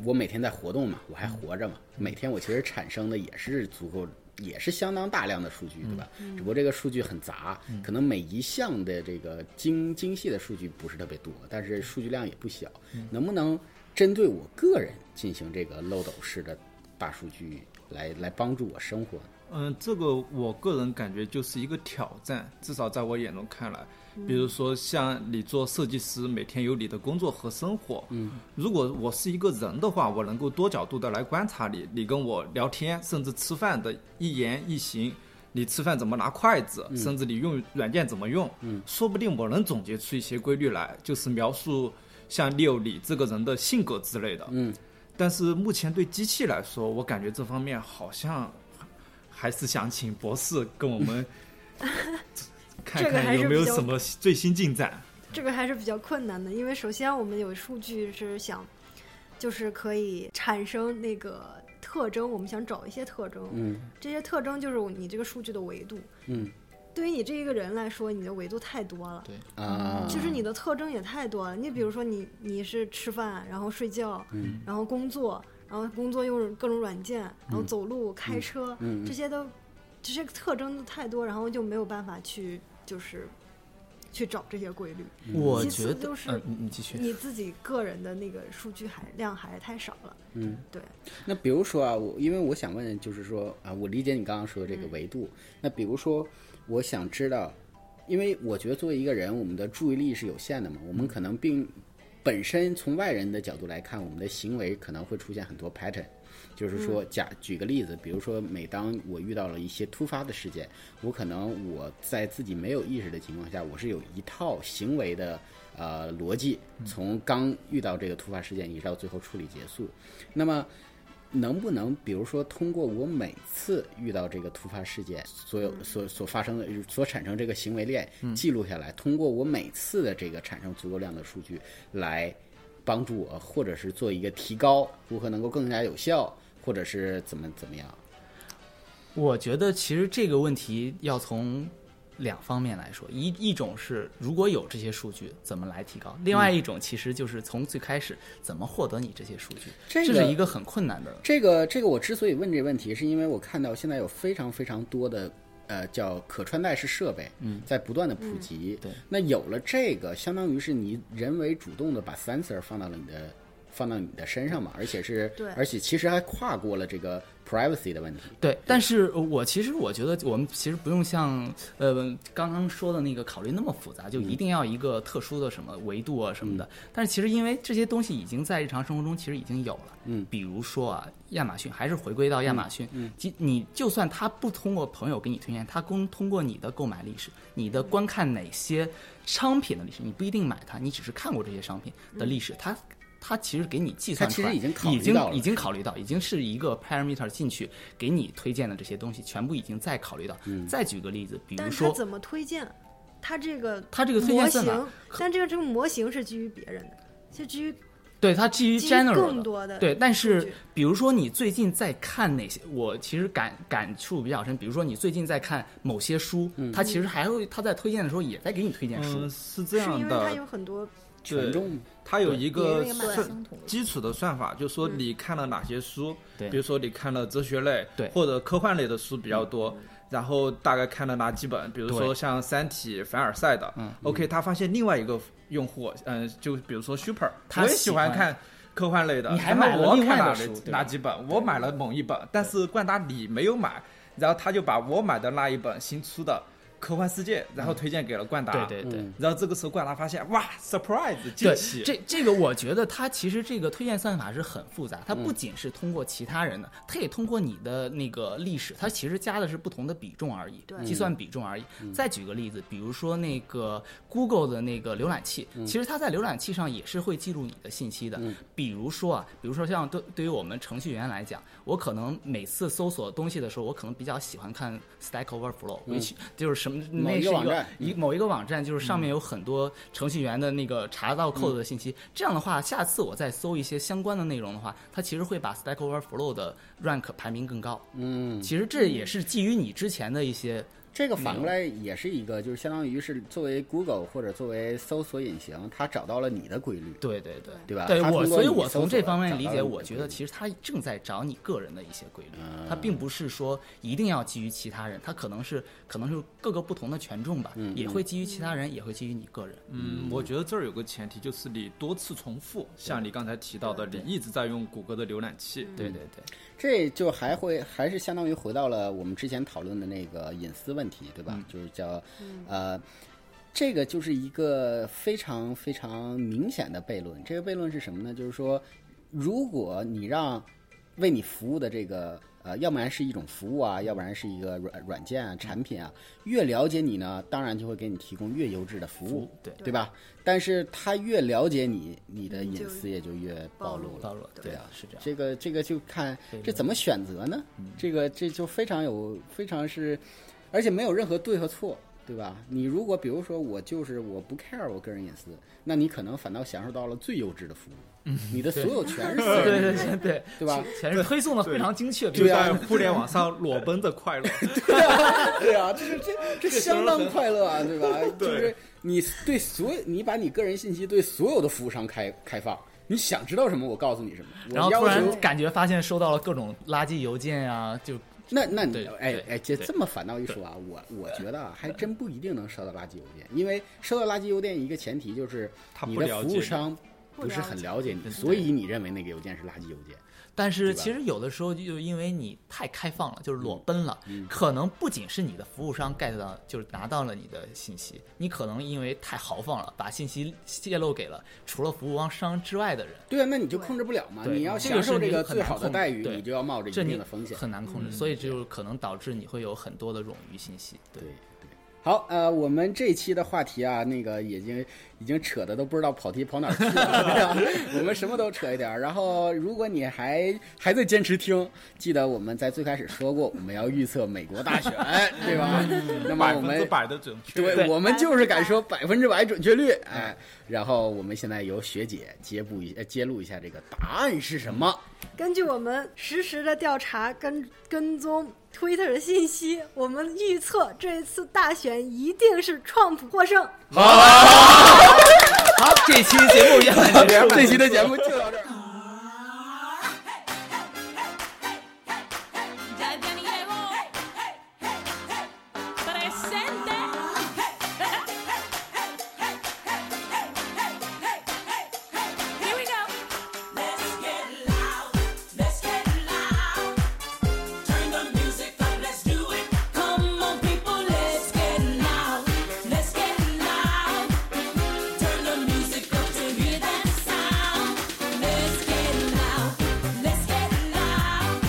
Speaker 1: 我每天在活动嘛，我还活着嘛，每天我其实产生的也是足够，也是相当大量的数据，对吧？只不过这个数据很杂，可能每一项的这个精精细的数据不是特别多，但是数据量也不小。能不能针对我个人进行这个漏斗式的大数据来来帮助我生活呢？
Speaker 2: 嗯，这个我个人感觉就是一个挑战，至少在我眼中看来。比如说，像你做设计师，每天有你的工作和生活。嗯，如果我是一个人的话，我能够多角度的来观察你，你跟我聊天，甚至吃饭的一言一行，你吃饭怎么拿筷子，甚至你用软件怎么用，嗯，说不定我能总结出一些规律来，就是描述像六你这个人的性格之类的。
Speaker 1: 嗯，
Speaker 2: 但是目前对机器来说，我感觉这方面好像还是想请博士跟我们看
Speaker 4: 这个还
Speaker 2: 看
Speaker 4: 是
Speaker 2: 有没有
Speaker 4: 比较
Speaker 2: 什么最新进展。
Speaker 4: 这个还是比较困难的，因为首先我们有数据是想，就是可以产生那个特征，我们想找一些特征，
Speaker 1: 嗯
Speaker 4: 这些特征就是你这个数据的维度。
Speaker 1: 嗯
Speaker 4: 对于你这一个人来说，你的维度太多了，
Speaker 1: 啊，
Speaker 4: 就是你的特征也太多了。你比如说你你是吃饭，然后睡觉，
Speaker 1: 嗯
Speaker 4: 然后工作，然后工作用各种软件，然后走路、开车，
Speaker 1: 嗯
Speaker 4: 这些都这些特征都太多，然后就没有办法去就是去找这些规律。
Speaker 3: 我
Speaker 4: 其
Speaker 3: 觉
Speaker 4: 次
Speaker 3: 得，
Speaker 4: 就是
Speaker 3: 嗯，你你继续，
Speaker 4: 你自己个人的那个数据还量还太少了。
Speaker 1: 嗯，
Speaker 4: 对，
Speaker 1: 那比如说啊，我因为我想问，就是说啊，我理解你刚刚说的这个维度。那比如说，我想知道，因为我觉得作为一个人，我们的注意力是有限的嘛，我们可能并本身从外人的角度来看，我们的行为可能会出现很多 pattern。就是说，假举个例子，比如说，每当我遇到了一些突发的事件，我可能我在自己没有意识的情况下，我是有一套行为的呃逻辑，从刚遇到这个突发事件，一直到最后处理结束。那么能不能，比如说通过我每次遇到这个突发事件，所有所所发生的、所产生这个行为链记录下来，通过我每次的这个产生足够量的数据来帮助我，或者是做一个提高，如何能够更加有效，或者是怎么怎么样？
Speaker 3: 我觉得其实这个问题要从两方面来说，一一种是如果有这些数据怎么来提高，另外一种其实就是从最开始怎么获得你这些数据，
Speaker 1: 这
Speaker 3: 是
Speaker 1: 个
Speaker 3: 一个很困难的。
Speaker 1: 这个这个我之所以问这个问题，是因为我看到现在有非常非常多的呃叫可穿戴式设备，嗯，在不断的普及。
Speaker 3: 对
Speaker 1: 那有了这个，相当于是你人为主动的把 sensor 放到了你的放到你的身上嘛，而且是
Speaker 4: 对
Speaker 1: 而且其实还跨过了这个 privacy 的问题。
Speaker 3: 对，但是我其实我觉得我们其实不用像呃刚刚说的那个考虑那么复杂，
Speaker 1: 嗯
Speaker 3: 就一定要一个特殊的什么维度啊什么的。但是其实因为这些东西已经在日常生活中其实已经有了，
Speaker 1: 嗯，
Speaker 3: 比如说啊，亚马逊还是回归到亚马逊，嗯，即你就算他不通过朋友给你推荐，他公通过你的购买历史，你的观看哪些商品的历史，你不一定买它，你只是看过这些商品的历史，它。它其实给你计
Speaker 1: 嗯
Speaker 3: 算
Speaker 1: 它
Speaker 3: 出
Speaker 1: 其实
Speaker 3: 来，
Speaker 1: 已经考虑
Speaker 3: 已经
Speaker 1: 到了
Speaker 3: 已经考虑到，已经是一个 parameter 进去给你推荐的这些东西，全部已经在考虑到。再举个例子，比如
Speaker 4: 但是他
Speaker 3: 说
Speaker 4: 怎么推荐？他这个
Speaker 3: 它这个推
Speaker 4: 模
Speaker 3: 荐算法
Speaker 4: 型，但这个这个模型是基于别人的，是基于
Speaker 3: 对它基于
Speaker 4: 基于
Speaker 3: general
Speaker 4: 更多的
Speaker 3: 对，但
Speaker 4: 数
Speaker 3: 是
Speaker 4: 据
Speaker 3: 比如说你最近在看哪些，我其实感感触比较深。比如说你最近在看某些书，它其实还会它在推荐的时候也在给你推荐书
Speaker 2: 嗯，，是
Speaker 4: 是
Speaker 2: 这
Speaker 4: 因
Speaker 2: 样
Speaker 4: 为他
Speaker 2: 的，
Speaker 4: 有很多
Speaker 1: 权重嘛
Speaker 2: 它有一个
Speaker 5: 也蛮
Speaker 2: 算
Speaker 5: 相同的
Speaker 2: 基础的算法，就说你看了哪些书，
Speaker 3: 嗯对
Speaker 2: 比如说你看了哲学类，
Speaker 3: 对嗯
Speaker 2: 或者科幻类的书比较多，然后大概看了哪几本，比如
Speaker 3: 对
Speaker 2: 说像《三体》《凡尔赛》的，嗯，OK，他发现另外一个用户，嗯、就比如说 Super，
Speaker 3: 他
Speaker 2: 我也
Speaker 3: 喜
Speaker 2: 喜
Speaker 3: 欢
Speaker 2: 欢看。科幻类的，
Speaker 3: 你还
Speaker 2: 然后
Speaker 3: 买了
Speaker 2: 我
Speaker 3: 另外
Speaker 2: 看
Speaker 3: 的
Speaker 2: 哪
Speaker 3: 书
Speaker 2: 里
Speaker 3: 对
Speaker 2: 哪几本？我买了某一本，但是冠达你没有买，然后他就把我买的那一本新出的《科幻世界》，然后推荐给了冠达。
Speaker 3: 嗯对
Speaker 1: 嗯
Speaker 3: 对对。
Speaker 2: 然后这个时候冠达发现，哇，surprise 惊
Speaker 3: 对，
Speaker 2: 喜，
Speaker 3: 这这个我觉得它其实这个推荐算法是很复杂，它不仅是通过其他人的，它也通过你的那个历史，它其实加的是不同的比重而已，
Speaker 4: 对
Speaker 3: 计算比重而已。嗯再举个例子，比如说那个 Google 的那个浏览器，其实它在浏览器上也是会记录你的信息的。比如说啊，比如说像对对于我们程序员来讲，我可能每次搜索东西的时候，我可能比较喜欢看 Stack Overflow，围棋就是什么
Speaker 1: 某
Speaker 3: 那
Speaker 1: 嗯一
Speaker 3: 是
Speaker 1: 个嗯网站
Speaker 3: 一某一个网站，就是上面有很多程序员的那个查到 code
Speaker 1: 嗯
Speaker 3: 的信息。这样的话，下次我再搜一些相关的内容的话，它其实会把 Stack Overflow 的 rank 排名更高。嗯，其实这也是基于你之前的一些
Speaker 1: 这个反过来也是一个，就是相当于是作为 Google 或者作为搜索引擎，它找到了你的规律，
Speaker 3: 对对对
Speaker 1: 对吧
Speaker 3: 对
Speaker 1: 它
Speaker 3: 我，
Speaker 1: 通过
Speaker 3: 所以
Speaker 1: 你
Speaker 3: 我
Speaker 1: 搜
Speaker 3: 从
Speaker 1: 索
Speaker 3: 这方面
Speaker 1: 找
Speaker 3: 理
Speaker 1: 到
Speaker 3: 解，
Speaker 1: 了你
Speaker 3: 我
Speaker 1: 的
Speaker 3: 觉
Speaker 1: 规
Speaker 3: 得
Speaker 1: 律嗯
Speaker 3: 其实它正在找你个人的一些规律，它并不是说一定要基于其他人，它可能是可能是各个不同的权重吧，
Speaker 1: 嗯
Speaker 3: 也会基于其他人，也会基于你个人。
Speaker 2: 嗯，我觉得这儿有个前提，就是你多次重复，像你刚才提到的，你一直在用谷歌的浏览器。嗯
Speaker 3: 对对对。
Speaker 1: 这就还会还是相当于回到了我们之前讨论的那个隐私问题，对吧？就是叫，呃，这个就是一个非常非常明显的悖论。这个悖论是什么呢？就是说，如果你让为你服务的这个呃，要不然是一种服务啊，要不然是一个软软件啊、产品啊，越了解你呢，当然就会给你提供越优质的服务，
Speaker 3: 对
Speaker 1: 对吧？但是他越了解你，你的
Speaker 4: 嗯就
Speaker 1: 隐私也就越暴
Speaker 4: 暴
Speaker 1: 露
Speaker 4: 露
Speaker 1: 了。
Speaker 3: 暴露，
Speaker 1: 对
Speaker 3: 啊
Speaker 1: 啊，
Speaker 3: 是这样。
Speaker 1: 这个这个就看这怎么选择呢？
Speaker 3: 嗯
Speaker 1: 这个这就非常有非常是，而且没有任何对和错，对吧？你如果比如说我就是我不 care 我个人隐私，那你可能反倒享受到了最优质的服务，你的所有 权是私
Speaker 3: 嗯对对
Speaker 1: 人的，
Speaker 3: 对 对
Speaker 1: 对吧？
Speaker 3: 全是推送的非常精确，
Speaker 2: 就
Speaker 1: 对啊
Speaker 2: 在互联网上裸奔的快乐，
Speaker 1: 对啊，这是这这相当快乐啊，对吧？ 就是你对所有你把你个人信息对所有的服务商开开放，你想知道什么我告诉你什么，
Speaker 3: 然后
Speaker 1: 我要
Speaker 3: 突
Speaker 1: 求
Speaker 3: 然感觉发现收到了各种垃圾邮件啊，就
Speaker 1: 那那你
Speaker 3: 对
Speaker 1: 哎
Speaker 3: 对
Speaker 1: 哎，这
Speaker 3: 对
Speaker 1: 这么反倒一说啊，我我觉得啊，还真不一定能收到垃圾邮件，因为收到垃圾邮件一个前提就是
Speaker 2: 他
Speaker 1: 你
Speaker 2: 不
Speaker 1: 的
Speaker 2: 了
Speaker 1: 服
Speaker 2: 解
Speaker 1: 务
Speaker 2: 你
Speaker 1: 商
Speaker 4: 不
Speaker 1: 不是
Speaker 4: 了
Speaker 1: 很
Speaker 4: 解
Speaker 1: 了解你，所以你认为那个邮件是垃圾邮件。
Speaker 3: 但是
Speaker 1: 对吧嗯
Speaker 3: 其实有的时候就因为你太开放了，就是裸奔了，可能不仅是你的服务商 get 到，就是拿到了你的信息，你可能因为太豪放了，把信息泄露给了除了服务商之外的人，
Speaker 1: 对啊，那你就
Speaker 4: 对
Speaker 1: 控制不了嘛。
Speaker 3: 对
Speaker 1: 你要
Speaker 3: 这
Speaker 1: 享
Speaker 3: 个
Speaker 1: 受
Speaker 3: 是
Speaker 1: 这
Speaker 3: 你
Speaker 1: 个
Speaker 3: 很
Speaker 1: 最
Speaker 3: 难
Speaker 1: 好的
Speaker 3: 控制
Speaker 1: 待遇，
Speaker 3: 对
Speaker 1: 你就要冒着一
Speaker 3: 这
Speaker 1: 定
Speaker 3: 你
Speaker 1: 的风险。
Speaker 3: 很难控制，所以就可能导致你会有很多的冗余信息。对
Speaker 1: 对，对，好，呃，我们这一期的话题啊，那个已经已经扯的都不知道跑题跑哪儿去了， 对吧我们什么都扯一点儿。然后，如果你还还在坚持听，记得我们在最开始说过，我们要预测美国大选，对吧？那么
Speaker 2: 百
Speaker 1: 我
Speaker 2: 分之
Speaker 1: 们。
Speaker 2: 百的准确。
Speaker 1: 对，我们就是敢说百分之百准确率，哎，然后我们现在由学姐揭布一呃揭露一下这个答案是什么。
Speaker 4: 根据我们实时的调查跟跟踪， Twitter 的信息，我们预测这次大选一定是 Trump 获胜。
Speaker 3: 好，这期节目圆满结束。
Speaker 1: 这期的节目就到这儿。
Speaker 6: Ya Jenny llegó presente. Here we go.
Speaker 7: Let's get loud, let's get loud. Turn the music up, let's do it. Come on, people, let's get loud, let's get loud. Turn the music up to hear that sound. Let's get loud, let's get loud.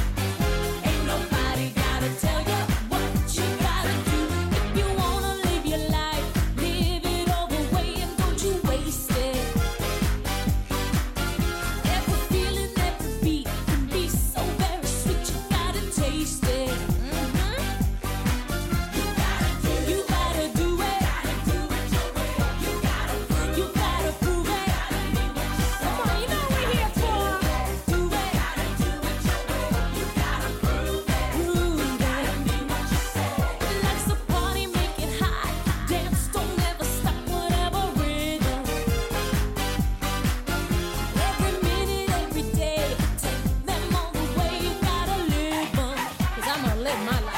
Speaker 7: Ain't nobody gotta tell you what you gotta do. If you wanna live your life, live it all the way and don't you waste it. Every feeling, every beat can be so very sweet. You gotta taste it. Mm-hmm. You gotta do it. You gotta do it. You gotta prove. You gotta prove it. Come on, you know we're here for. Do it. You gotta prove it. Prove it. Life's a party, make it hot. Dance, don't ever stop. Whatever rhythm. Every minute, every day, take them all the way you gotta live 'em. Cause I'ma live my life.